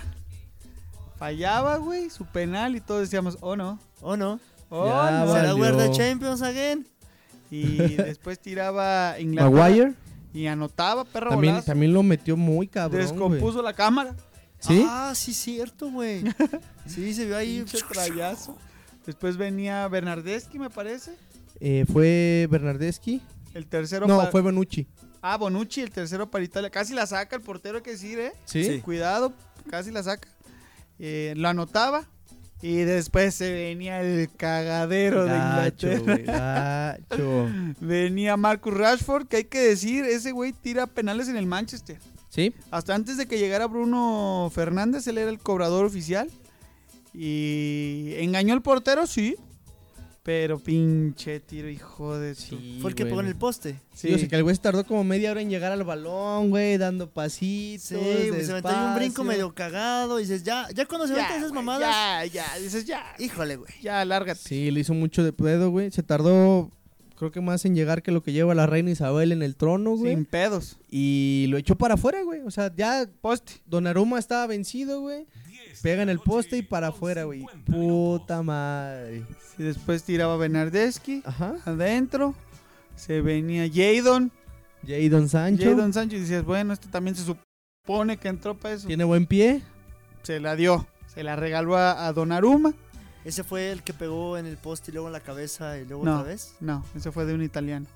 [SPEAKER 1] Fallaba, güey, su penal y todos decíamos, oh no,
[SPEAKER 2] ¿O no?
[SPEAKER 1] oh
[SPEAKER 3] Ya,
[SPEAKER 1] no.
[SPEAKER 3] vale.
[SPEAKER 2] ¿Será
[SPEAKER 3] Valió.
[SPEAKER 2] We're the Champions again?
[SPEAKER 1] Y después tiraba Inglaterra
[SPEAKER 3] Maguire
[SPEAKER 1] y anotaba, perro
[SPEAKER 3] también,
[SPEAKER 1] bolazo.
[SPEAKER 3] también lo metió muy cabrón.
[SPEAKER 1] Descompuso la cámara.
[SPEAKER 3] güey. ¿Sí?
[SPEAKER 2] Ah, sí, cierto, güey. Sí, se vio ahí.
[SPEAKER 1] Pinche trayazo. Después venía Bernardeschi, me parece.
[SPEAKER 3] Eh, fue Bernardeschi.
[SPEAKER 1] El tercero
[SPEAKER 3] No,
[SPEAKER 1] pa-
[SPEAKER 3] fue Bonucci.
[SPEAKER 1] Ah, Bonucci, el tercero para Italia. Casi la saca el portero, hay que decir, ¿eh?
[SPEAKER 3] ¿Sí?
[SPEAKER 1] Cuidado, casi la saca. Eh, lo anotaba. Y después se venía el cagadero de
[SPEAKER 3] Gacho,
[SPEAKER 1] Inglaterra.
[SPEAKER 3] güey. Gacho.
[SPEAKER 1] Venía Marcus Rashford, que hay que decir, ese güey tira penales en el Manchester.
[SPEAKER 3] ¿Sí?
[SPEAKER 1] Hasta antes de que llegara Bruno Fernández, él era el cobrador oficial. Y engañó al portero, sí. Pero pinche tiro, hijo de su-
[SPEAKER 2] Fue el que pegó en el poste.
[SPEAKER 3] Sí, o sea, que el güey se tardó como media hora en llegar al balón, güey, dando pasitos.
[SPEAKER 2] Sí, güey, se aventó ahí un brinco
[SPEAKER 3] despacio.
[SPEAKER 2] medio cagado. Y dices, ya, ya cuando se
[SPEAKER 1] Ya,
[SPEAKER 2] aventan esas
[SPEAKER 1] güey,
[SPEAKER 2] mamadas.
[SPEAKER 1] Ya, ya, dices ya.
[SPEAKER 2] Híjole, güey.
[SPEAKER 1] Ya, lárgate.
[SPEAKER 3] Sí, le hizo mucho de pedo, güey. Se tardó, creo que más en llegar que lo que lleva la reina Isabel en el trono, güey.
[SPEAKER 1] Sin pedos.
[SPEAKER 3] Y lo echó para afuera, güey. O sea, ya
[SPEAKER 1] Poste.
[SPEAKER 3] Donnarumma estaba vencido, güey. Pega en el poste y para afuera, güey. Puta madre.
[SPEAKER 1] Y después tiraba Bernardeschi.
[SPEAKER 3] Ajá.
[SPEAKER 1] Adentro. Se venía Jadon.
[SPEAKER 3] Jadon Sancho.
[SPEAKER 1] Jadon Sancho. Y decías, bueno, este también se supone que entró para eso.
[SPEAKER 3] Tiene buen pie.
[SPEAKER 1] Se la dio. Se la regaló a, a Donnarumma.
[SPEAKER 2] Ese fue el que pegó en el poste y luego en la cabeza y luego
[SPEAKER 1] No.
[SPEAKER 2] otra vez.
[SPEAKER 1] No, ese fue de un italiano.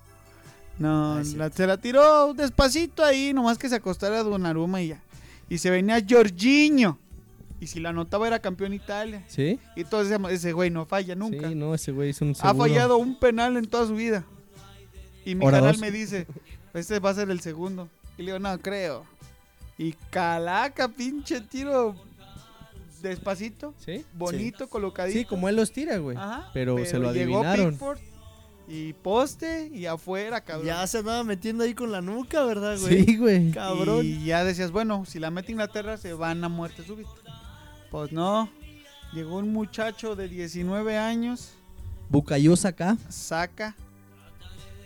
[SPEAKER 1] No,
[SPEAKER 2] Ah, es
[SPEAKER 1] la- se la tiró despacito ahí, nomás que se acostara Donnarumma y ya. Y se venía Jorginho. Y si la anotaba era campeón Italia.
[SPEAKER 3] ¿Sí?
[SPEAKER 1] Y todos decíamos, ese güey no falla nunca.
[SPEAKER 3] Sí, no, ese güey es un
[SPEAKER 1] ha
[SPEAKER 3] seguro.
[SPEAKER 1] fallado un penal en toda su vida. Y mi
[SPEAKER 3] Ahora
[SPEAKER 1] canal
[SPEAKER 3] dos.
[SPEAKER 1] me dice, este va a ser el segundo. Y le digo, no, creo. Y calaca, pinche tiro despacito,
[SPEAKER 3] ¿Sí?
[SPEAKER 1] bonito, colocadito.
[SPEAKER 3] Sí, como él los tira, güey.
[SPEAKER 1] Ajá,
[SPEAKER 3] Pero, se lo
[SPEAKER 1] llegó
[SPEAKER 3] adivinaron.
[SPEAKER 1] Pickford y poste y afuera, cabrón.
[SPEAKER 2] Ya se andaba metiendo ahí con la nuca, ¿verdad, güey?
[SPEAKER 3] Sí, güey.
[SPEAKER 2] Cabrón.
[SPEAKER 1] Y ya decías, bueno, si la mete Inglaterra se van a muerte súbita. Pues no. Llegó un muchacho de 19 años,
[SPEAKER 3] Bucayos acá.
[SPEAKER 1] saca.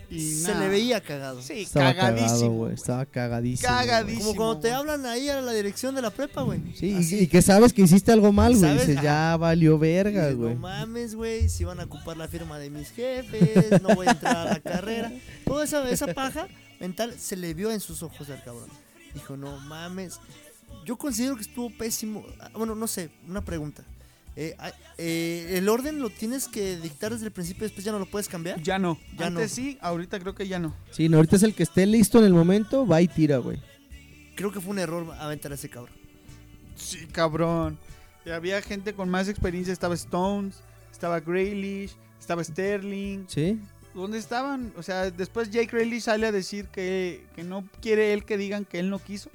[SPEAKER 1] Y
[SPEAKER 2] Se
[SPEAKER 1] nada.
[SPEAKER 2] le veía cagado.
[SPEAKER 1] Sí,
[SPEAKER 3] Estaba cagado,
[SPEAKER 1] cagadísimo.
[SPEAKER 3] güey. Estaba cagadísimo.
[SPEAKER 1] Cagadísimo.
[SPEAKER 2] Como cuando te
[SPEAKER 1] güey.
[SPEAKER 2] hablan ahí a la dirección de la prepa, güey.
[SPEAKER 3] güey. Sí, y-
[SPEAKER 2] Así.
[SPEAKER 3] y, que sabes que hiciste algo mal, güey.
[SPEAKER 2] ¿Sabes?
[SPEAKER 3] Dices, ya valió verga,
[SPEAKER 2] Dices,
[SPEAKER 3] güey.
[SPEAKER 2] No mames, güey, si van a ocupar la firma de mis jefes, no voy a entrar a la carrera. Toda esa, esa paja mental se le vio en sus ojos al cabrón. Dijo, no mames. Yo considero que estuvo pésimo. Ah, Bueno, no sé, una pregunta. Eh, ah, eh, ¿El orden lo tienes que dictar desde el principio y después ya no lo puedes cambiar?
[SPEAKER 1] Ya no.
[SPEAKER 2] Ya
[SPEAKER 1] Antes
[SPEAKER 2] no.
[SPEAKER 1] sí, ahorita creo que ya no.
[SPEAKER 3] Sí, no, ahorita es el que esté listo en el momento, va y tira, güey.
[SPEAKER 2] Creo que fue un error aventar a ese cabrón.
[SPEAKER 1] Sí, cabrón. Y había gente con más experiencia. Estaba Stones, estaba Graylish, estaba Sterling.
[SPEAKER 3] Sí.
[SPEAKER 1] ¿Dónde estaban? O sea, después Jake Graylish sale a decir que, que no quiere él que digan que él no quiso.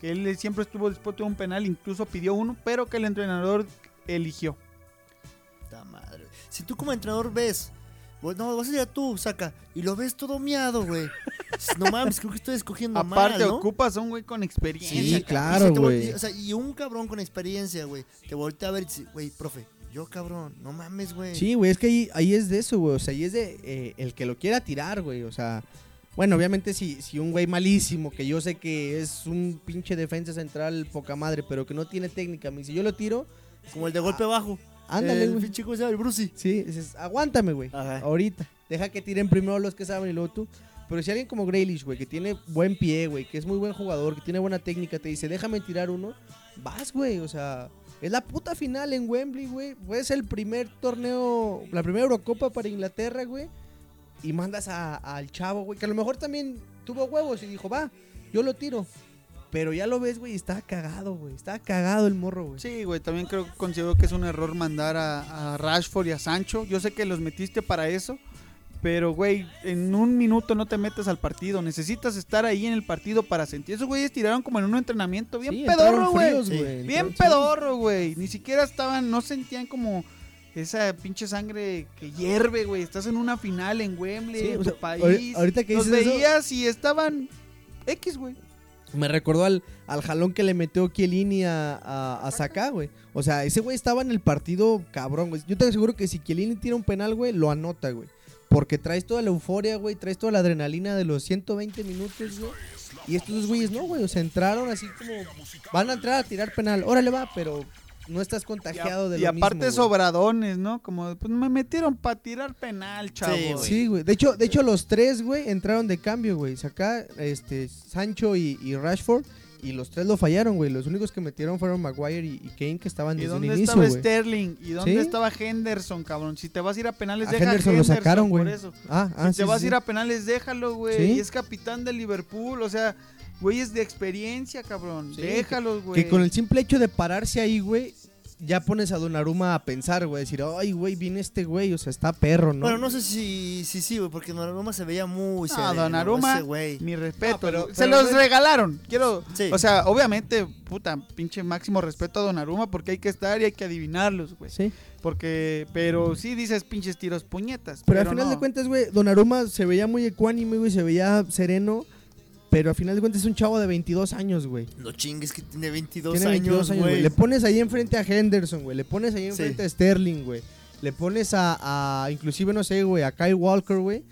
[SPEAKER 1] Que él siempre estuvo dispuesto a un penal, incluso pidió uno, pero que el entrenador eligió.
[SPEAKER 2] Puta madre. Si tú como entrenador ves, güey, no, vas a ir a tú, saca, y lo ves todo miado, güey. Dices, No mames, creo que estoy escogiendo mal,
[SPEAKER 1] Aparte,
[SPEAKER 2] ¿no?
[SPEAKER 1] ocupas a un güey con experiencia.
[SPEAKER 3] Sí,
[SPEAKER 1] cabrón.
[SPEAKER 3] claro,
[SPEAKER 2] O sea, te
[SPEAKER 3] güey.
[SPEAKER 2] voltea- O sea, y un cabrón con experiencia, güey, te voltea a ver y dice, güey, profe, yo cabrón, no mames, güey.
[SPEAKER 3] Sí, güey, es que ahí, ahí es de eso, güey. O sea, ahí es de eh, el que lo quiera tirar, güey. O sea, bueno, obviamente si, si un güey malísimo, que yo sé que es un pinche defensa central poca madre, pero que no tiene técnica, me dice, yo lo tiro,
[SPEAKER 2] Como el de golpe bajo.
[SPEAKER 3] ándale,
[SPEAKER 2] El
[SPEAKER 3] güey.
[SPEAKER 2] pinche cosa, el Brucey.
[SPEAKER 3] Sí, dices, aguántame, güey.
[SPEAKER 2] Ajá.
[SPEAKER 3] Ahorita. Deja que tiren primero los que saben y luego tú. Pero si alguien como Graylish, güey, que tiene buen pie, güey, que es muy buen jugador, que tiene buena técnica, te dice, déjame tirar uno, vas, güey. O sea, es la puta final en Wembley, güey. Es el primer torneo, la primera Eurocopa para Inglaterra, güey. Y mandas a- al chavo, güey, que a lo mejor también tuvo huevos y dijo, va, yo lo tiro. Pero ya lo ves, güey, y está cagado, güey. Está cagado el morro, güey.
[SPEAKER 1] Sí, güey, también creo considero que es un error mandar a, a Rashford y a Sancho. Yo sé que los metiste para eso, pero güey, en un minuto no te metes al partido. Necesitas estar ahí en el partido para sentir. Esos güeyes tiraron como en un entrenamiento bien
[SPEAKER 3] Sí,
[SPEAKER 1] pedorro,
[SPEAKER 3] entraron
[SPEAKER 1] güey.
[SPEAKER 3] fríos,
[SPEAKER 2] Sí.
[SPEAKER 1] Bien
[SPEAKER 3] Entonces-
[SPEAKER 1] pedorro, güey. Ni siquiera estaban, no sentían como esa pinche sangre que hierve, güey. Estás en una final en Wembley,
[SPEAKER 3] Sí,
[SPEAKER 1] en
[SPEAKER 3] o
[SPEAKER 1] tu
[SPEAKER 3] sea, ahori-
[SPEAKER 1] país.
[SPEAKER 3] ahorita que
[SPEAKER 1] los
[SPEAKER 3] dices eso-
[SPEAKER 1] veías y estaban X, güey.
[SPEAKER 3] Me recordó al, al jalón que le metió Chiellini a, a, a Saká, güey. O sea, ese güey estaba en el partido cabrón, güey. Yo te aseguro que si Chiellini tira un penal, güey, lo anota, güey. Porque traes toda la euforia, güey, traes toda la adrenalina de los 120 minutos, güey. Y estos dos güeyes no, güey. O sea, entraron así como... Van a entrar a tirar penal. Órale, va, pero no estás
[SPEAKER 1] Y,
[SPEAKER 3] contagiado
[SPEAKER 1] a-
[SPEAKER 3] de
[SPEAKER 1] y
[SPEAKER 3] lo
[SPEAKER 1] aparte
[SPEAKER 3] mismo, güey.
[SPEAKER 1] sobradones, ¿no? Como, pues me metieron para tirar penal, chavo.
[SPEAKER 2] Sí, güey.
[SPEAKER 3] Sí, güey. De hecho, de hecho, los tres, güey, entraron de cambio, güey. Sacá, este, Sancho y, y Rashford. Y los tres lo fallaron, güey. Los únicos que metieron fueron Maguire y, y Kane, que estaban
[SPEAKER 1] ¿Y
[SPEAKER 3] desde un
[SPEAKER 1] dónde
[SPEAKER 3] inicio,
[SPEAKER 1] estaba este
[SPEAKER 3] güey.
[SPEAKER 1] Sterling? ¿Y dónde
[SPEAKER 3] Sí.
[SPEAKER 1] estaba Henderson, cabrón? Si te vas a ir a penales,
[SPEAKER 3] A
[SPEAKER 1] deja a
[SPEAKER 3] Henderson lo sacaron,
[SPEAKER 1] por
[SPEAKER 3] güey.
[SPEAKER 1] eso.
[SPEAKER 3] Ah, ah,
[SPEAKER 1] si
[SPEAKER 3] sí,
[SPEAKER 1] te
[SPEAKER 3] sí,
[SPEAKER 1] vas
[SPEAKER 3] sí.
[SPEAKER 1] a ir a penales, déjalo, güey.
[SPEAKER 3] Sí.
[SPEAKER 1] Y es capitán de Liverpool, o sea, güey, es de experiencia, cabrón.
[SPEAKER 3] Sí,
[SPEAKER 1] Déjalos, güey.
[SPEAKER 3] Que con el simple hecho de pararse ahí, güey, ya pones a Donnarumma a pensar, güey. Decir, ay, güey, viene este güey. O sea, está perro, ¿no?
[SPEAKER 2] Bueno, no sé si si sí, güey, porque Donnarumma se veía muy
[SPEAKER 1] No,
[SPEAKER 2] sereno,
[SPEAKER 1] Donnarumma,
[SPEAKER 2] ese güey.
[SPEAKER 1] Mi respeto.
[SPEAKER 2] No, pero-
[SPEAKER 1] Se
[SPEAKER 2] pero,
[SPEAKER 1] los
[SPEAKER 2] güey.
[SPEAKER 1] regalaron. Quiero.
[SPEAKER 2] Sí.
[SPEAKER 1] O sea, obviamente, puta, pinche máximo respeto a Donnarumma porque hay que estar y hay que adivinarlos, güey.
[SPEAKER 3] Sí.
[SPEAKER 1] Porque, pero sí dices pinches tiros puñetas.
[SPEAKER 3] Pero, al final
[SPEAKER 1] no.
[SPEAKER 3] de cuentas, güey, Donnarumma se veía muy ecuánime, güey. Se veía sereno. Pero al final de cuentas es un chavo de 22 años, güey.
[SPEAKER 2] No chingues que tiene 22
[SPEAKER 3] Tiene 22
[SPEAKER 2] años,
[SPEAKER 3] años, güey.
[SPEAKER 2] güey.
[SPEAKER 3] Le pones ahí enfrente a Henderson, güey. Le pones ahí
[SPEAKER 2] Sí.
[SPEAKER 3] enfrente a Sterling, güey. Le pones a, a- inclusive, no sé, güey, a Kyle Walker, güey.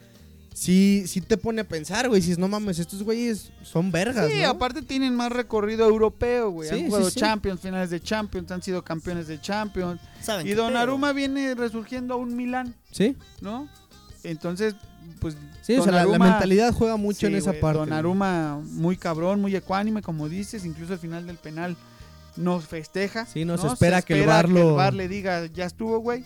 [SPEAKER 3] Sí, sí te pone a pensar, güey. Dices, no mames, estos güeyes son vergas,
[SPEAKER 1] Sí,
[SPEAKER 3] ¿no?
[SPEAKER 1] aparte tienen más recorrido europeo, güey.
[SPEAKER 3] Sí,
[SPEAKER 1] han
[SPEAKER 3] sí,
[SPEAKER 1] jugado
[SPEAKER 3] sí.
[SPEAKER 1] Champions, finales de Champions, han sido campeones de Champions.
[SPEAKER 2] ¿Saben
[SPEAKER 1] Y
[SPEAKER 2] qué
[SPEAKER 1] Donnarumma viene resurgiendo a un Milán,
[SPEAKER 3] Sí,
[SPEAKER 1] ¿no? Entonces, pues.
[SPEAKER 3] sí, o sea, la- la,
[SPEAKER 1] Donnarumma-
[SPEAKER 3] mentalidad juega mucho
[SPEAKER 1] sí,
[SPEAKER 3] en esa
[SPEAKER 1] güey,
[SPEAKER 3] parte.
[SPEAKER 1] Donnarumma muy cabrón, muy ecuánime, como dices, incluso al final del penal nos festeja.
[SPEAKER 3] Sí, no, se
[SPEAKER 1] Se
[SPEAKER 3] espera que el VAR lo-
[SPEAKER 1] VAR le diga, ya estuvo, güey.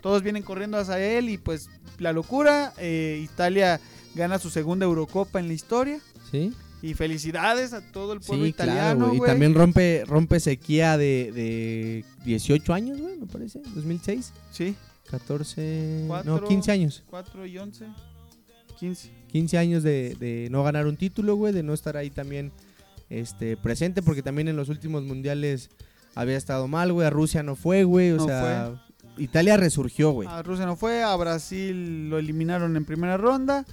[SPEAKER 1] Todos vienen corriendo hacia él y pues la locura. eh, Italia gana su segunda Eurocopa en la historia.
[SPEAKER 3] güey. Sí,
[SPEAKER 1] Y felicidades a todo el pueblo
[SPEAKER 3] sí, claro,
[SPEAKER 1] italiano,
[SPEAKER 3] güey.
[SPEAKER 1] güey.
[SPEAKER 3] Y también rompe, rompe sequía de, de 18 años, güey, me parece. 2006,
[SPEAKER 1] Sí,
[SPEAKER 3] 14,
[SPEAKER 1] Cuatro.
[SPEAKER 3] no, 15 años.
[SPEAKER 1] 4 y 11, 15.
[SPEAKER 3] 15 años de, de no ganar un título, güey, de no estar ahí también este, presente, porque también en los últimos mundiales había estado mal, güey, a Rusia no fue, güey, o
[SPEAKER 1] No Ah,
[SPEAKER 3] sea, Italia resurgió, güey.
[SPEAKER 1] A Rusia no fue, a Brasil lo eliminaron en primera ronda.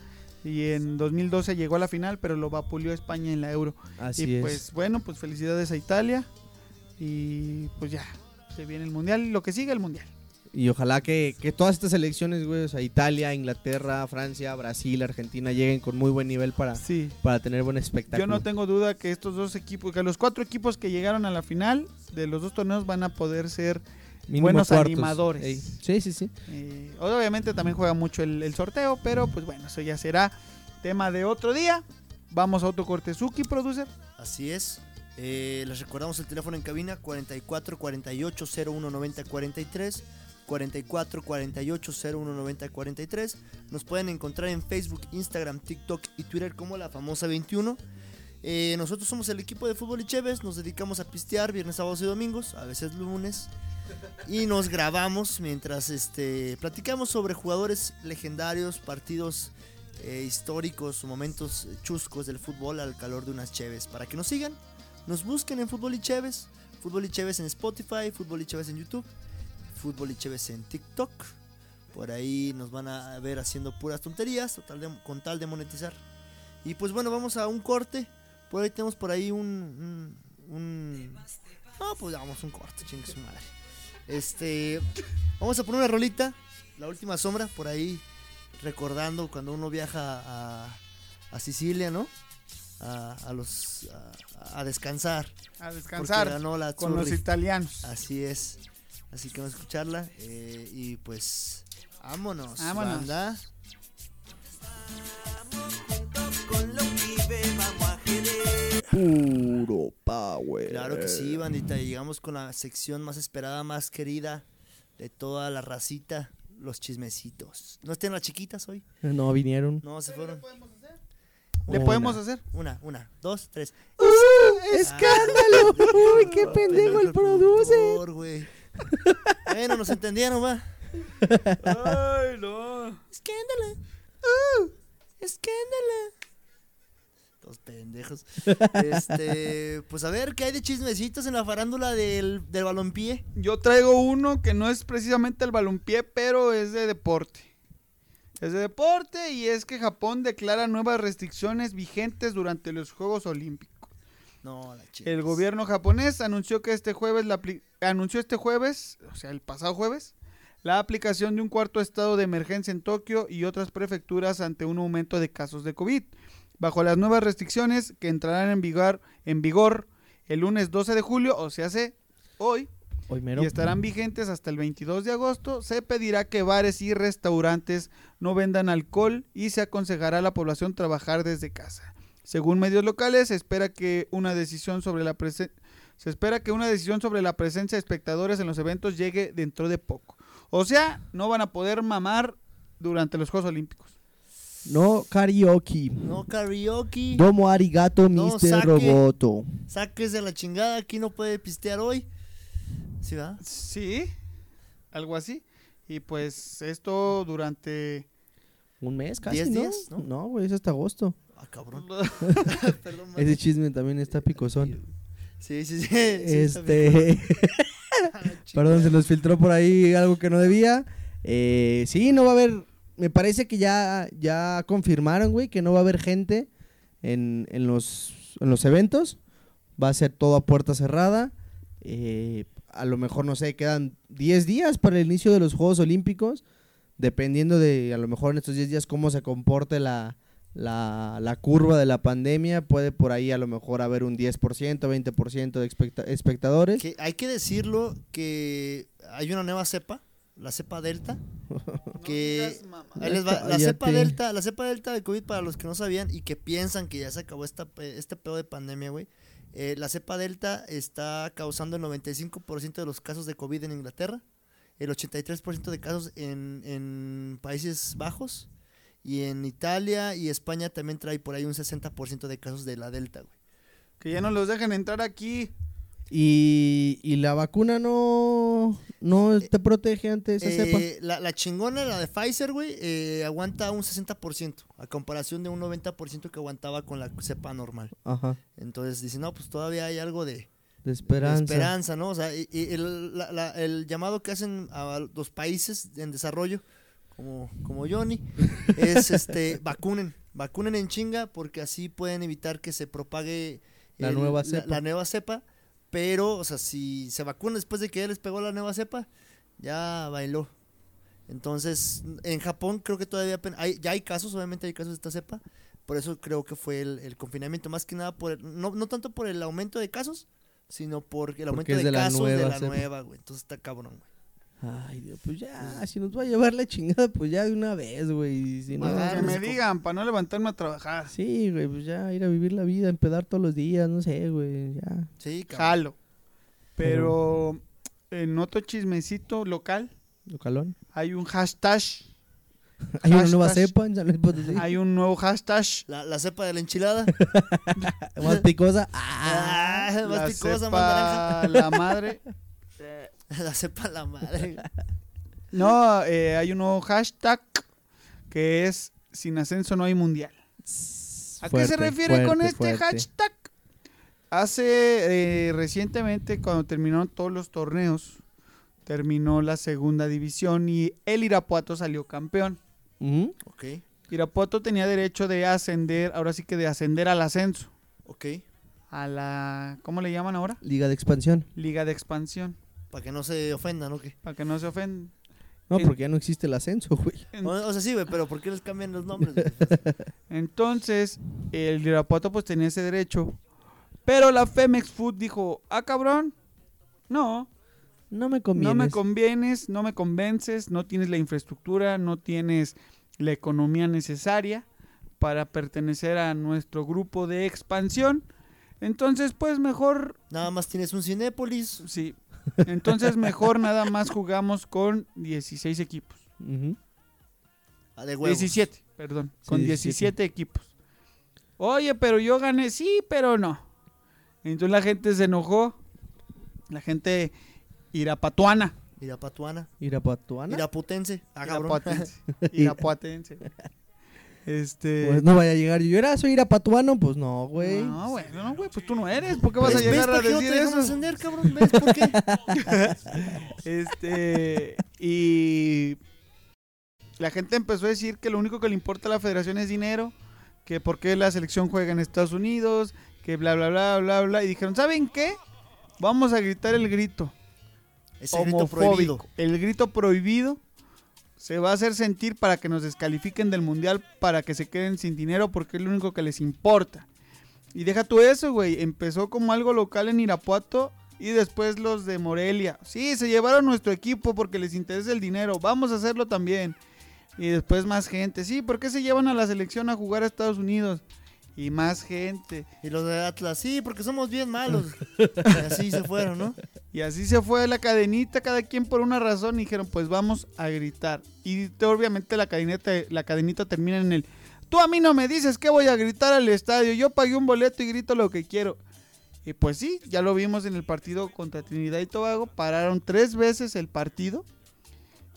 [SPEAKER 1] Y en 2012 llegó a la final, pero lo vapuleó España en la Euro.
[SPEAKER 3] Así
[SPEAKER 1] y
[SPEAKER 3] es.
[SPEAKER 1] pues bueno, pues felicidades a Italia. Y pues ya, se viene el mundial, lo que sigue el mundial.
[SPEAKER 3] Y ojalá que, que todas estas elecciones, güey, o sea, Italia, Inglaterra, Francia, Brasil, Argentina, lleguen con muy buen nivel para,
[SPEAKER 1] Sí.
[SPEAKER 3] para tener buen Ah, espectáculo.
[SPEAKER 1] Yo no tengo duda que estos dos equipos, que los cuatro equipos que llegaron a la final de los dos torneos van a poder ser.
[SPEAKER 3] Mínimo
[SPEAKER 1] buenos
[SPEAKER 3] cuartos.
[SPEAKER 1] animadores.
[SPEAKER 3] Ey. Sí, sí, sí.
[SPEAKER 1] eh, obviamente también juega mucho el, el sorteo, pero pues bueno, eso ya será tema de otro día. Vamos a otro corte. Suki, producer.
[SPEAKER 2] Así es. Eh, les recordamos el teléfono en cabina 44 48 01 90 43 44 48 01 90 43. Nos pueden encontrar en Facebook, Instagram, TikTok y Twitter como la famosa 21. Eh, nosotros somos el equipo de fútbol y Cheves, nos dedicamos a pistear viernes, sábados y domingos, a veces lunes. Y nos grabamos mientras este, platicamos sobre jugadores legendarios, partidos eh, históricos o momentos chuscos del fútbol al calor de unas cheves. Para que nos sigan, nos busquen en Fútbol y Cheves, Fútbol y Cheves en Spotify, Fútbol y Cheves en YouTube, Fútbol y Cheves en TikTok. Por ahí nos van a ver haciendo puras tonterías total de- con tal de monetizar. Y pues bueno, vamos a un corte. Por ahí tenemos por ahí un... un, un- No, pues vamos un corte, chingue su madre. Este... Vamos a poner una rolita. La última sombra, por ahí recordando cuando uno viaja a, a Sicilia, ¿no? A, a los a, a descansar.
[SPEAKER 1] A
[SPEAKER 2] porque
[SPEAKER 1] descansar
[SPEAKER 2] ganó la
[SPEAKER 1] con los
[SPEAKER 2] Azzurri.
[SPEAKER 1] italianos.
[SPEAKER 2] Así es. Así que vamos a escucharla. eh, y pues vámonos.
[SPEAKER 1] Vámonos.
[SPEAKER 2] banda.
[SPEAKER 4] Puro power.
[SPEAKER 2] Claro que sí, bandita. Llegamos con la sección más esperada, más querida de toda la racita. Los chismecitos. ¿No estén las chiquitas hoy?
[SPEAKER 3] No vinieron.
[SPEAKER 2] No, se fueron.
[SPEAKER 1] ¿Le
[SPEAKER 3] Una.
[SPEAKER 1] podemos hacer?
[SPEAKER 2] Una, una, dos, tres.
[SPEAKER 1] ¡Uh!
[SPEAKER 3] ¡Escándalo! ¡Uy, qué pendejo el produce!
[SPEAKER 2] productor, güey. Bueno, nos entendieron, va.
[SPEAKER 1] Ay, no.
[SPEAKER 2] Escándala.
[SPEAKER 3] Uh,
[SPEAKER 2] escándala. Los pendejos. Este, pues a ver, ¿qué hay de chismecitos en la farándula del, del balompié?
[SPEAKER 1] Yo traigo uno que no es precisamente el balompié, pero es de deporte. Es de deporte y es que Japón declara nuevas restricciones vigentes durante los Juegos Olímpicos.
[SPEAKER 2] No, la chica.
[SPEAKER 1] El gobierno japonés anunció que este jueves la apli- anunció este jueves, o sea, el pasado jueves, la aplicación de un cuarto estado de emergencia en Tokio y otras prefecturas ante un aumento de casos de COVID. Bajo las nuevas restricciones que entrarán en vigor, en vigor el lunes 12 de julio, o sea, hace hoy,
[SPEAKER 3] Hoy mero.
[SPEAKER 1] y estarán vigentes hasta el 22 de agosto. Se pedirá que bares y restaurantes no vendan alcohol y se aconsejará a la población trabajar desde casa. Según medios locales, se espera que una decisión sobre la presen- se espera que una decisión sobre la presencia de espectadores en los eventos llegue dentro de poco. O sea, no van a poder mamar durante los Juegos Olímpicos.
[SPEAKER 3] No karaoke.
[SPEAKER 2] No karaoke.
[SPEAKER 3] Domo arigato,
[SPEAKER 2] No
[SPEAKER 3] Mr.
[SPEAKER 2] saque.
[SPEAKER 3] Roboto.
[SPEAKER 2] Saques de la chingada, aquí no puede pistear hoy. ¿Sí va?
[SPEAKER 1] Sí, algo así. Y pues esto durante
[SPEAKER 3] Un mes casi,
[SPEAKER 2] Diez
[SPEAKER 3] ¿no?
[SPEAKER 2] días, ¿no?
[SPEAKER 3] No, güey, es hasta agosto.
[SPEAKER 2] Ah, cabrón. Perdón, man.
[SPEAKER 3] Ese chisme también está picosón.
[SPEAKER 2] Sí, sí, sí. sí, está bien.
[SPEAKER 3] Este...
[SPEAKER 2] Ah,
[SPEAKER 3] Perdón, se
[SPEAKER 2] chingada.
[SPEAKER 3] nos filtró por ahí algo que no debía. Eh, sí, no va a haber. Me parece que ya, ya confirmaron, güey, que no va a haber gente en, en los, en los eventos. Va a ser todo a puerta cerrada. Eh, a lo mejor, no sé, quedan 10 días para el inicio de los Juegos Olímpicos. Dependiendo de, a lo mejor en estos 10 días, cómo se comporte la, la, la curva de la pandemia. Puede por ahí a lo mejor haber un 10%, 20% de especta- espectadores.
[SPEAKER 2] Que hay que decirlo que hay una nueva cepa, la cepa delta. Que-
[SPEAKER 1] digas mamá.
[SPEAKER 2] Ahí les va, La
[SPEAKER 3] Cállate.
[SPEAKER 2] cepa delta, la cepa delta de COVID para los que no sabían y que piensan que ya se acabó esta, pe- este pedo de pandemia, güey. Eh, la cepa delta está causando el 95% de los casos de COVID en Inglaterra, el 83% de casos en, en Países Bajos y en Italia y España también trae por ahí un 60% de casos de la delta, güey.
[SPEAKER 1] que ya no los dejan entrar aquí.
[SPEAKER 3] Y, y la vacuna no, no
[SPEAKER 1] Eh,
[SPEAKER 3] te protege ante esa cepa.
[SPEAKER 2] Eh, la, la chingona, la de Pfizer, güey, eh, aguanta un 60%, a comparación de un 90% que aguantaba con la cepa normal.
[SPEAKER 3] Ajá,
[SPEAKER 2] Entonces dicen, no, pues todavía hay algo de
[SPEAKER 3] de
[SPEAKER 2] de
[SPEAKER 3] esperanza.
[SPEAKER 2] esperanza, ¿no? O sea, y- y el, la- la- el llamado que hacen a los países en desarrollo, como, como Johnny, es este, vacunen, vacunen en chinga porque así pueden evitar que se propague
[SPEAKER 3] La nueva cepa.
[SPEAKER 2] la nueva cepa Pero, o sea, si se vacuna después de que ya les pegó la nueva cepa, ya bailó. Entonces, en Japón creo que todavía apen- hay, ya hay casos, obviamente hay casos de esta cepa. Por eso creo que fue el, el confinamiento, más que nada, por el- no, no tanto por el aumento de casos, sino por el aumento
[SPEAKER 3] es
[SPEAKER 2] de,
[SPEAKER 3] de la
[SPEAKER 2] casos de
[SPEAKER 3] nueva
[SPEAKER 2] la
[SPEAKER 3] cepa.
[SPEAKER 2] nueva, güey. Entonces está cabrón, güey.
[SPEAKER 3] Ay, Dios, pues ya, si nos va a llevar la chingada, pues ya de una vez, güey. y Si no,
[SPEAKER 1] Pues que
[SPEAKER 3] pues-
[SPEAKER 1] me digan, para no levantarme a trabajar.
[SPEAKER 3] sí, güey, pues ya ir a vivir la vida, empedar todos los días, no sé, güey, ya.
[SPEAKER 2] Sí, cabrón.
[SPEAKER 1] Jalo. Pero en otro chismecito local
[SPEAKER 3] Localón.
[SPEAKER 1] hay un hashtag.
[SPEAKER 3] Hay una nueva
[SPEAKER 1] Hashtag.
[SPEAKER 3] cepa en San Luis Potosí.
[SPEAKER 1] Hay un nuevo hashtag.
[SPEAKER 2] La, la cepa de la enchilada.
[SPEAKER 3] Más picosa. Ah,
[SPEAKER 2] ah, más
[SPEAKER 1] La
[SPEAKER 2] picosa, más naranja.
[SPEAKER 1] cepa, la madre.
[SPEAKER 2] La cepa a la madre. güey.
[SPEAKER 1] No, eh, hay un nuevo hashtag que es sin ascenso no hay mundial. ¿A
[SPEAKER 3] Fuerte,
[SPEAKER 1] qué se refiere con
[SPEAKER 3] fuerte,
[SPEAKER 1] este
[SPEAKER 3] fuerte.
[SPEAKER 1] hashtag? Hace eh, recientemente, cuando terminaron todos los torneos, terminó la segunda división y el Irapuato salió campeón.
[SPEAKER 3] Ujú.
[SPEAKER 2] Ok,
[SPEAKER 1] Irapuato tenía derecho de ascender, ahora sí que de ascender al ascenso,
[SPEAKER 2] ok.
[SPEAKER 1] a la, ¿cómo le llaman ahora?
[SPEAKER 3] Liga de expansión.
[SPEAKER 1] Liga de expansión,
[SPEAKER 2] Para que no se ofendan, ¿o qué?
[SPEAKER 1] para que no se ofendan.
[SPEAKER 3] No,
[SPEAKER 1] Eh,
[SPEAKER 3] porque ya no existe el ascenso, güey.
[SPEAKER 2] O, o sea, sí, güey, pero ¿por qué les cambian los nombres? güey?
[SPEAKER 1] Entonces, el Irapuato pues tenía ese derecho. Pero la Femex Food dijo, ah cabrón, no,
[SPEAKER 3] No me conviene.
[SPEAKER 1] no me convienes, no me convences, no tienes la infraestructura, no tienes la economía necesaria para pertenecer a nuestro grupo de expansión. Entonces, pues mejor
[SPEAKER 2] Nada más tienes un Cinépolis.
[SPEAKER 1] Sí. Entonces mejor nada más jugamos con 16 equipos.
[SPEAKER 3] Ujú.
[SPEAKER 2] ah, De huevos.
[SPEAKER 1] 17, perdón.
[SPEAKER 3] Sí,
[SPEAKER 1] Con 17
[SPEAKER 3] 17.
[SPEAKER 1] equipos. Oye, pero yo gané, sí, pero no. Entonces la gente se enojó. La gente irapatuana.
[SPEAKER 2] Irapatuana.
[SPEAKER 3] Irapuatoana.
[SPEAKER 2] Iraputense. Ah, cabrón.
[SPEAKER 1] Irapuatense. Irapuatense. Este.
[SPEAKER 3] Pues no vaya a llegar. Yo era, soy irapatuano, pues no, güey.
[SPEAKER 1] No, güey, no, güey, pues tú no eres. ¿Por qué vas
[SPEAKER 2] ¿Ves,
[SPEAKER 1] a
[SPEAKER 2] ves
[SPEAKER 1] llegar a
[SPEAKER 2] por qué no
[SPEAKER 1] decir
[SPEAKER 2] te dejamos
[SPEAKER 1] eso?
[SPEAKER 2] ascender, cabrón? ¿Ves por qué?
[SPEAKER 1] Este. Y. La gente empezó a decir que lo único que le importa a la federación es dinero. Que por qué la selección juega en Estados Unidos. Que bla, bla, bla, bla, bla. Y dijeron, ¿saben qué? Vamos a gritar el grito.
[SPEAKER 2] Ese grito prohibido.
[SPEAKER 1] homofóbico. El grito prohibido. Se va a hacer sentir para que nos descalifiquen del mundial. Para que se queden sin dinero. Porque es lo único que les importa. Y deja tú eso, güey. Empezó como algo local en Irapuato y después los de Morelia. Sí, se llevaron nuestro equipo porque les interesa el dinero. Vamos a hacerlo también. Y después más gente. Sí, ¿por qué se llevan a la selección a jugar a Estados Unidos? Y más gente.
[SPEAKER 2] Y los de Atlas, sí, porque somos bien malos. Y así se fueron, ¿no?
[SPEAKER 1] Y así se fue la cadenita, cada quien por una razón. Y dijeron, pues vamos a gritar. Y te- obviamente la cadenita, la cadenita termina en el... Tú a mí no me dices que voy a gritar al estadio. Yo pagué un boleto y grito lo que quiero. Y pues sí, ya lo vimos en el partido contra Trinidad y Tobago. Pararon tres veces el partido.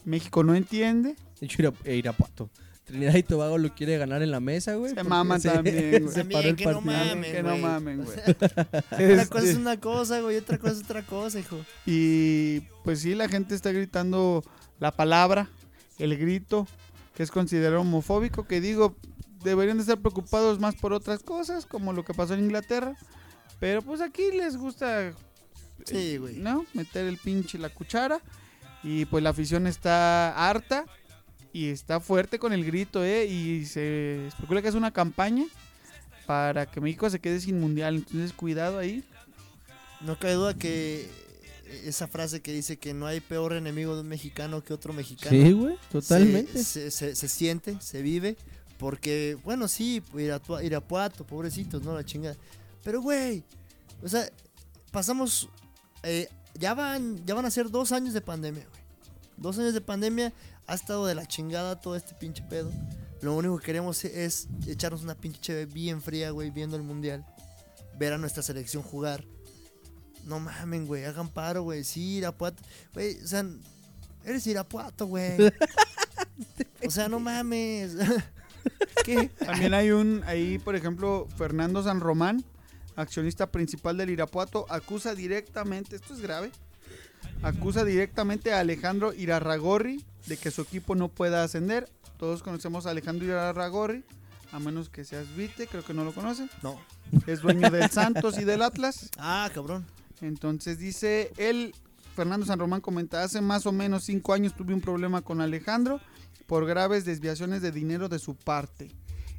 [SPEAKER 1] México no entiende.
[SPEAKER 3] De hecho, Irap- eh, Irapuato. Trinidad y Tobago lo quiere ganar en la mesa, güey.
[SPEAKER 1] Se
[SPEAKER 3] porque
[SPEAKER 1] maman también, güey.
[SPEAKER 3] Se
[SPEAKER 2] También,
[SPEAKER 3] paró el
[SPEAKER 2] que no
[SPEAKER 3] partido.
[SPEAKER 2] mames.
[SPEAKER 1] que no
[SPEAKER 2] güey.
[SPEAKER 1] mamen, güey.
[SPEAKER 2] Una cosa
[SPEAKER 1] Este-
[SPEAKER 2] es una cosa, güey, otra cosa es otra cosa, hijo.
[SPEAKER 1] Y pues sí, la gente está gritando la palabra, el grito, que es considerado homofóbico, que digo, deberían de estar preocupados más por otras cosas, como lo que pasó en Inglaterra. Pero pues aquí les gusta, eh,
[SPEAKER 2] Sí, güey.
[SPEAKER 1] ¿no? Meter el pinche la cuchara. Y pues la afición está harta y está fuerte con el grito, ¿eh? Y se especula que es una campaña para que México se quede sin mundial. Entonces cuidado ahí.
[SPEAKER 2] No cabe duda que esa frase que dice que no hay peor enemigo de un mexicano que otro mexicano.
[SPEAKER 3] Sí, güey, totalmente.
[SPEAKER 2] Se, se- se- se siente, se vive. Porque, bueno, sí, Iratua- Irapuato, pobrecitos, ¿no? La chingada. Pero, güey, o sea, pasamos. eh, ya, van, ya van a ser dos años de pandemia, güey. Dos años de pandemia, ha estado de la chingada todo este pinche pedo. Lo único que queremos e- es echarnos una pinche cheve bien fría, güey, viendo el mundial. Ver a nuestra selección jugar. No mamen, güey, hagan paro, güey. Sí, Irapuato. Güey, o sea, eres Irapuato, güey. O sea, no mames. ¿Qué?
[SPEAKER 1] También hay un, ahí por ejemplo, Fernando San Román, accionista principal del Irapuato, acusa directamente, esto es grave, acusa directamente a Alejandro Irarragorri de que su equipo no pueda ascender. Todos conocemos a Alejandro Irarragorri, a menos que seas Vite, creo que no lo conoce.
[SPEAKER 2] No.
[SPEAKER 1] Es dueño del Santos y del Atlas.
[SPEAKER 2] Ah, cabrón.
[SPEAKER 1] Entonces dice, él, Fernando San Román comenta, hace más o menos cinco años tuve un problema con Alejandro por graves desviaciones de dinero de su parte.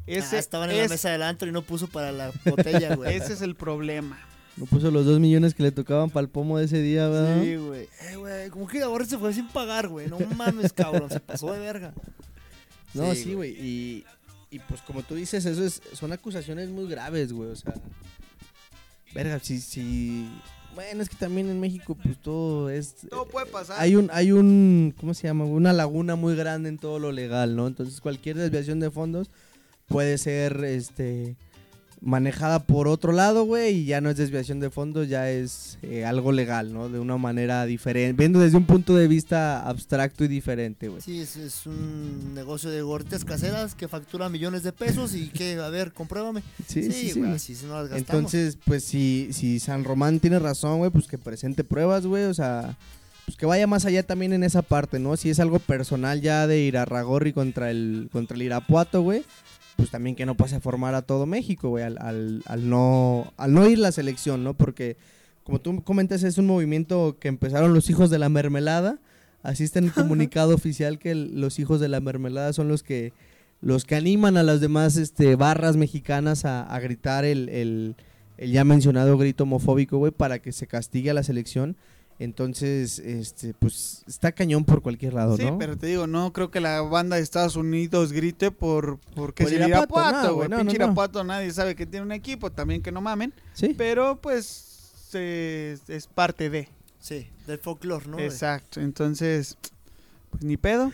[SPEAKER 1] Ese,
[SPEAKER 2] Ah, estaban en
[SPEAKER 1] es,
[SPEAKER 2] la mesa del antro y no puso para la botella, güey.
[SPEAKER 1] ese es el problema.
[SPEAKER 3] No puso los dos millones que le tocaban para el pomo de ese día, ¿verdad?
[SPEAKER 2] Sí, güey. Eh, güey, como que ahora se fue sin pagar, güey. No mames, cabrón, se pasó de verga.
[SPEAKER 3] No, sí, güey. Y, y pues como tú dices, eso es, son acusaciones muy graves, güey. O sea. Verga, si, si. Bueno, es que también en México, pues todo es.
[SPEAKER 1] Todo puede pasar.
[SPEAKER 3] Hay un, hay un, ¿cómo se llama? Una laguna muy grande en todo lo legal, ¿no? Entonces cualquier desviación de fondos puede ser, este, manejada por otro lado, güey, y ya no es desviación de fondos, ya es eh, algo legal, ¿no? De una manera diferente, viendo desde un punto de vista abstracto y diferente, güey.
[SPEAKER 2] Sí, es, es un negocio de gortes caseras que factura millones de pesos y que, a ver, compruébame.
[SPEAKER 3] Sí, sí, sí,
[SPEAKER 2] güey,
[SPEAKER 3] güey.
[SPEAKER 2] así si no las gastamos.
[SPEAKER 3] Entonces, pues si, si San Román tiene razón, güey, pues que presente pruebas, güey, o sea, pues que vaya más allá también en esa parte, ¿no? Si es algo personal ya de Irarragorri contra el, contra el Irapuato, güey, pues también que no pase a formar a todo México, güey, al, al, al no, al no ir la selección, ¿no? Porque, como tú comentas, es un movimiento que empezaron los hijos de la mermelada. Así está en el comunicado oficial que el- los hijos de la mermelada son los que los que animan a las demás este, barras mexicanas a, a gritar el, el- el ya mencionado grito homofóbico, güey, para que se castigue a la selección. Entonces, este, pues está cañón por cualquier lado,
[SPEAKER 1] Sí,
[SPEAKER 3] ¿no?
[SPEAKER 1] pero te digo, no creo que la banda de Estados Unidos grite por porque
[SPEAKER 3] Por
[SPEAKER 1] es el
[SPEAKER 3] Irapuato,
[SPEAKER 1] Irapuato,
[SPEAKER 3] no,
[SPEAKER 1] güey.
[SPEAKER 3] güey, no,
[SPEAKER 1] Pinche
[SPEAKER 3] no, no.
[SPEAKER 1] Irapuato nadie sabe que tiene un equipo, también que no mamen,
[SPEAKER 3] Sí.
[SPEAKER 1] pero pues se- es parte de.
[SPEAKER 2] Sí, del folclore, ¿no?
[SPEAKER 1] Exacto, entonces pues ni pedo.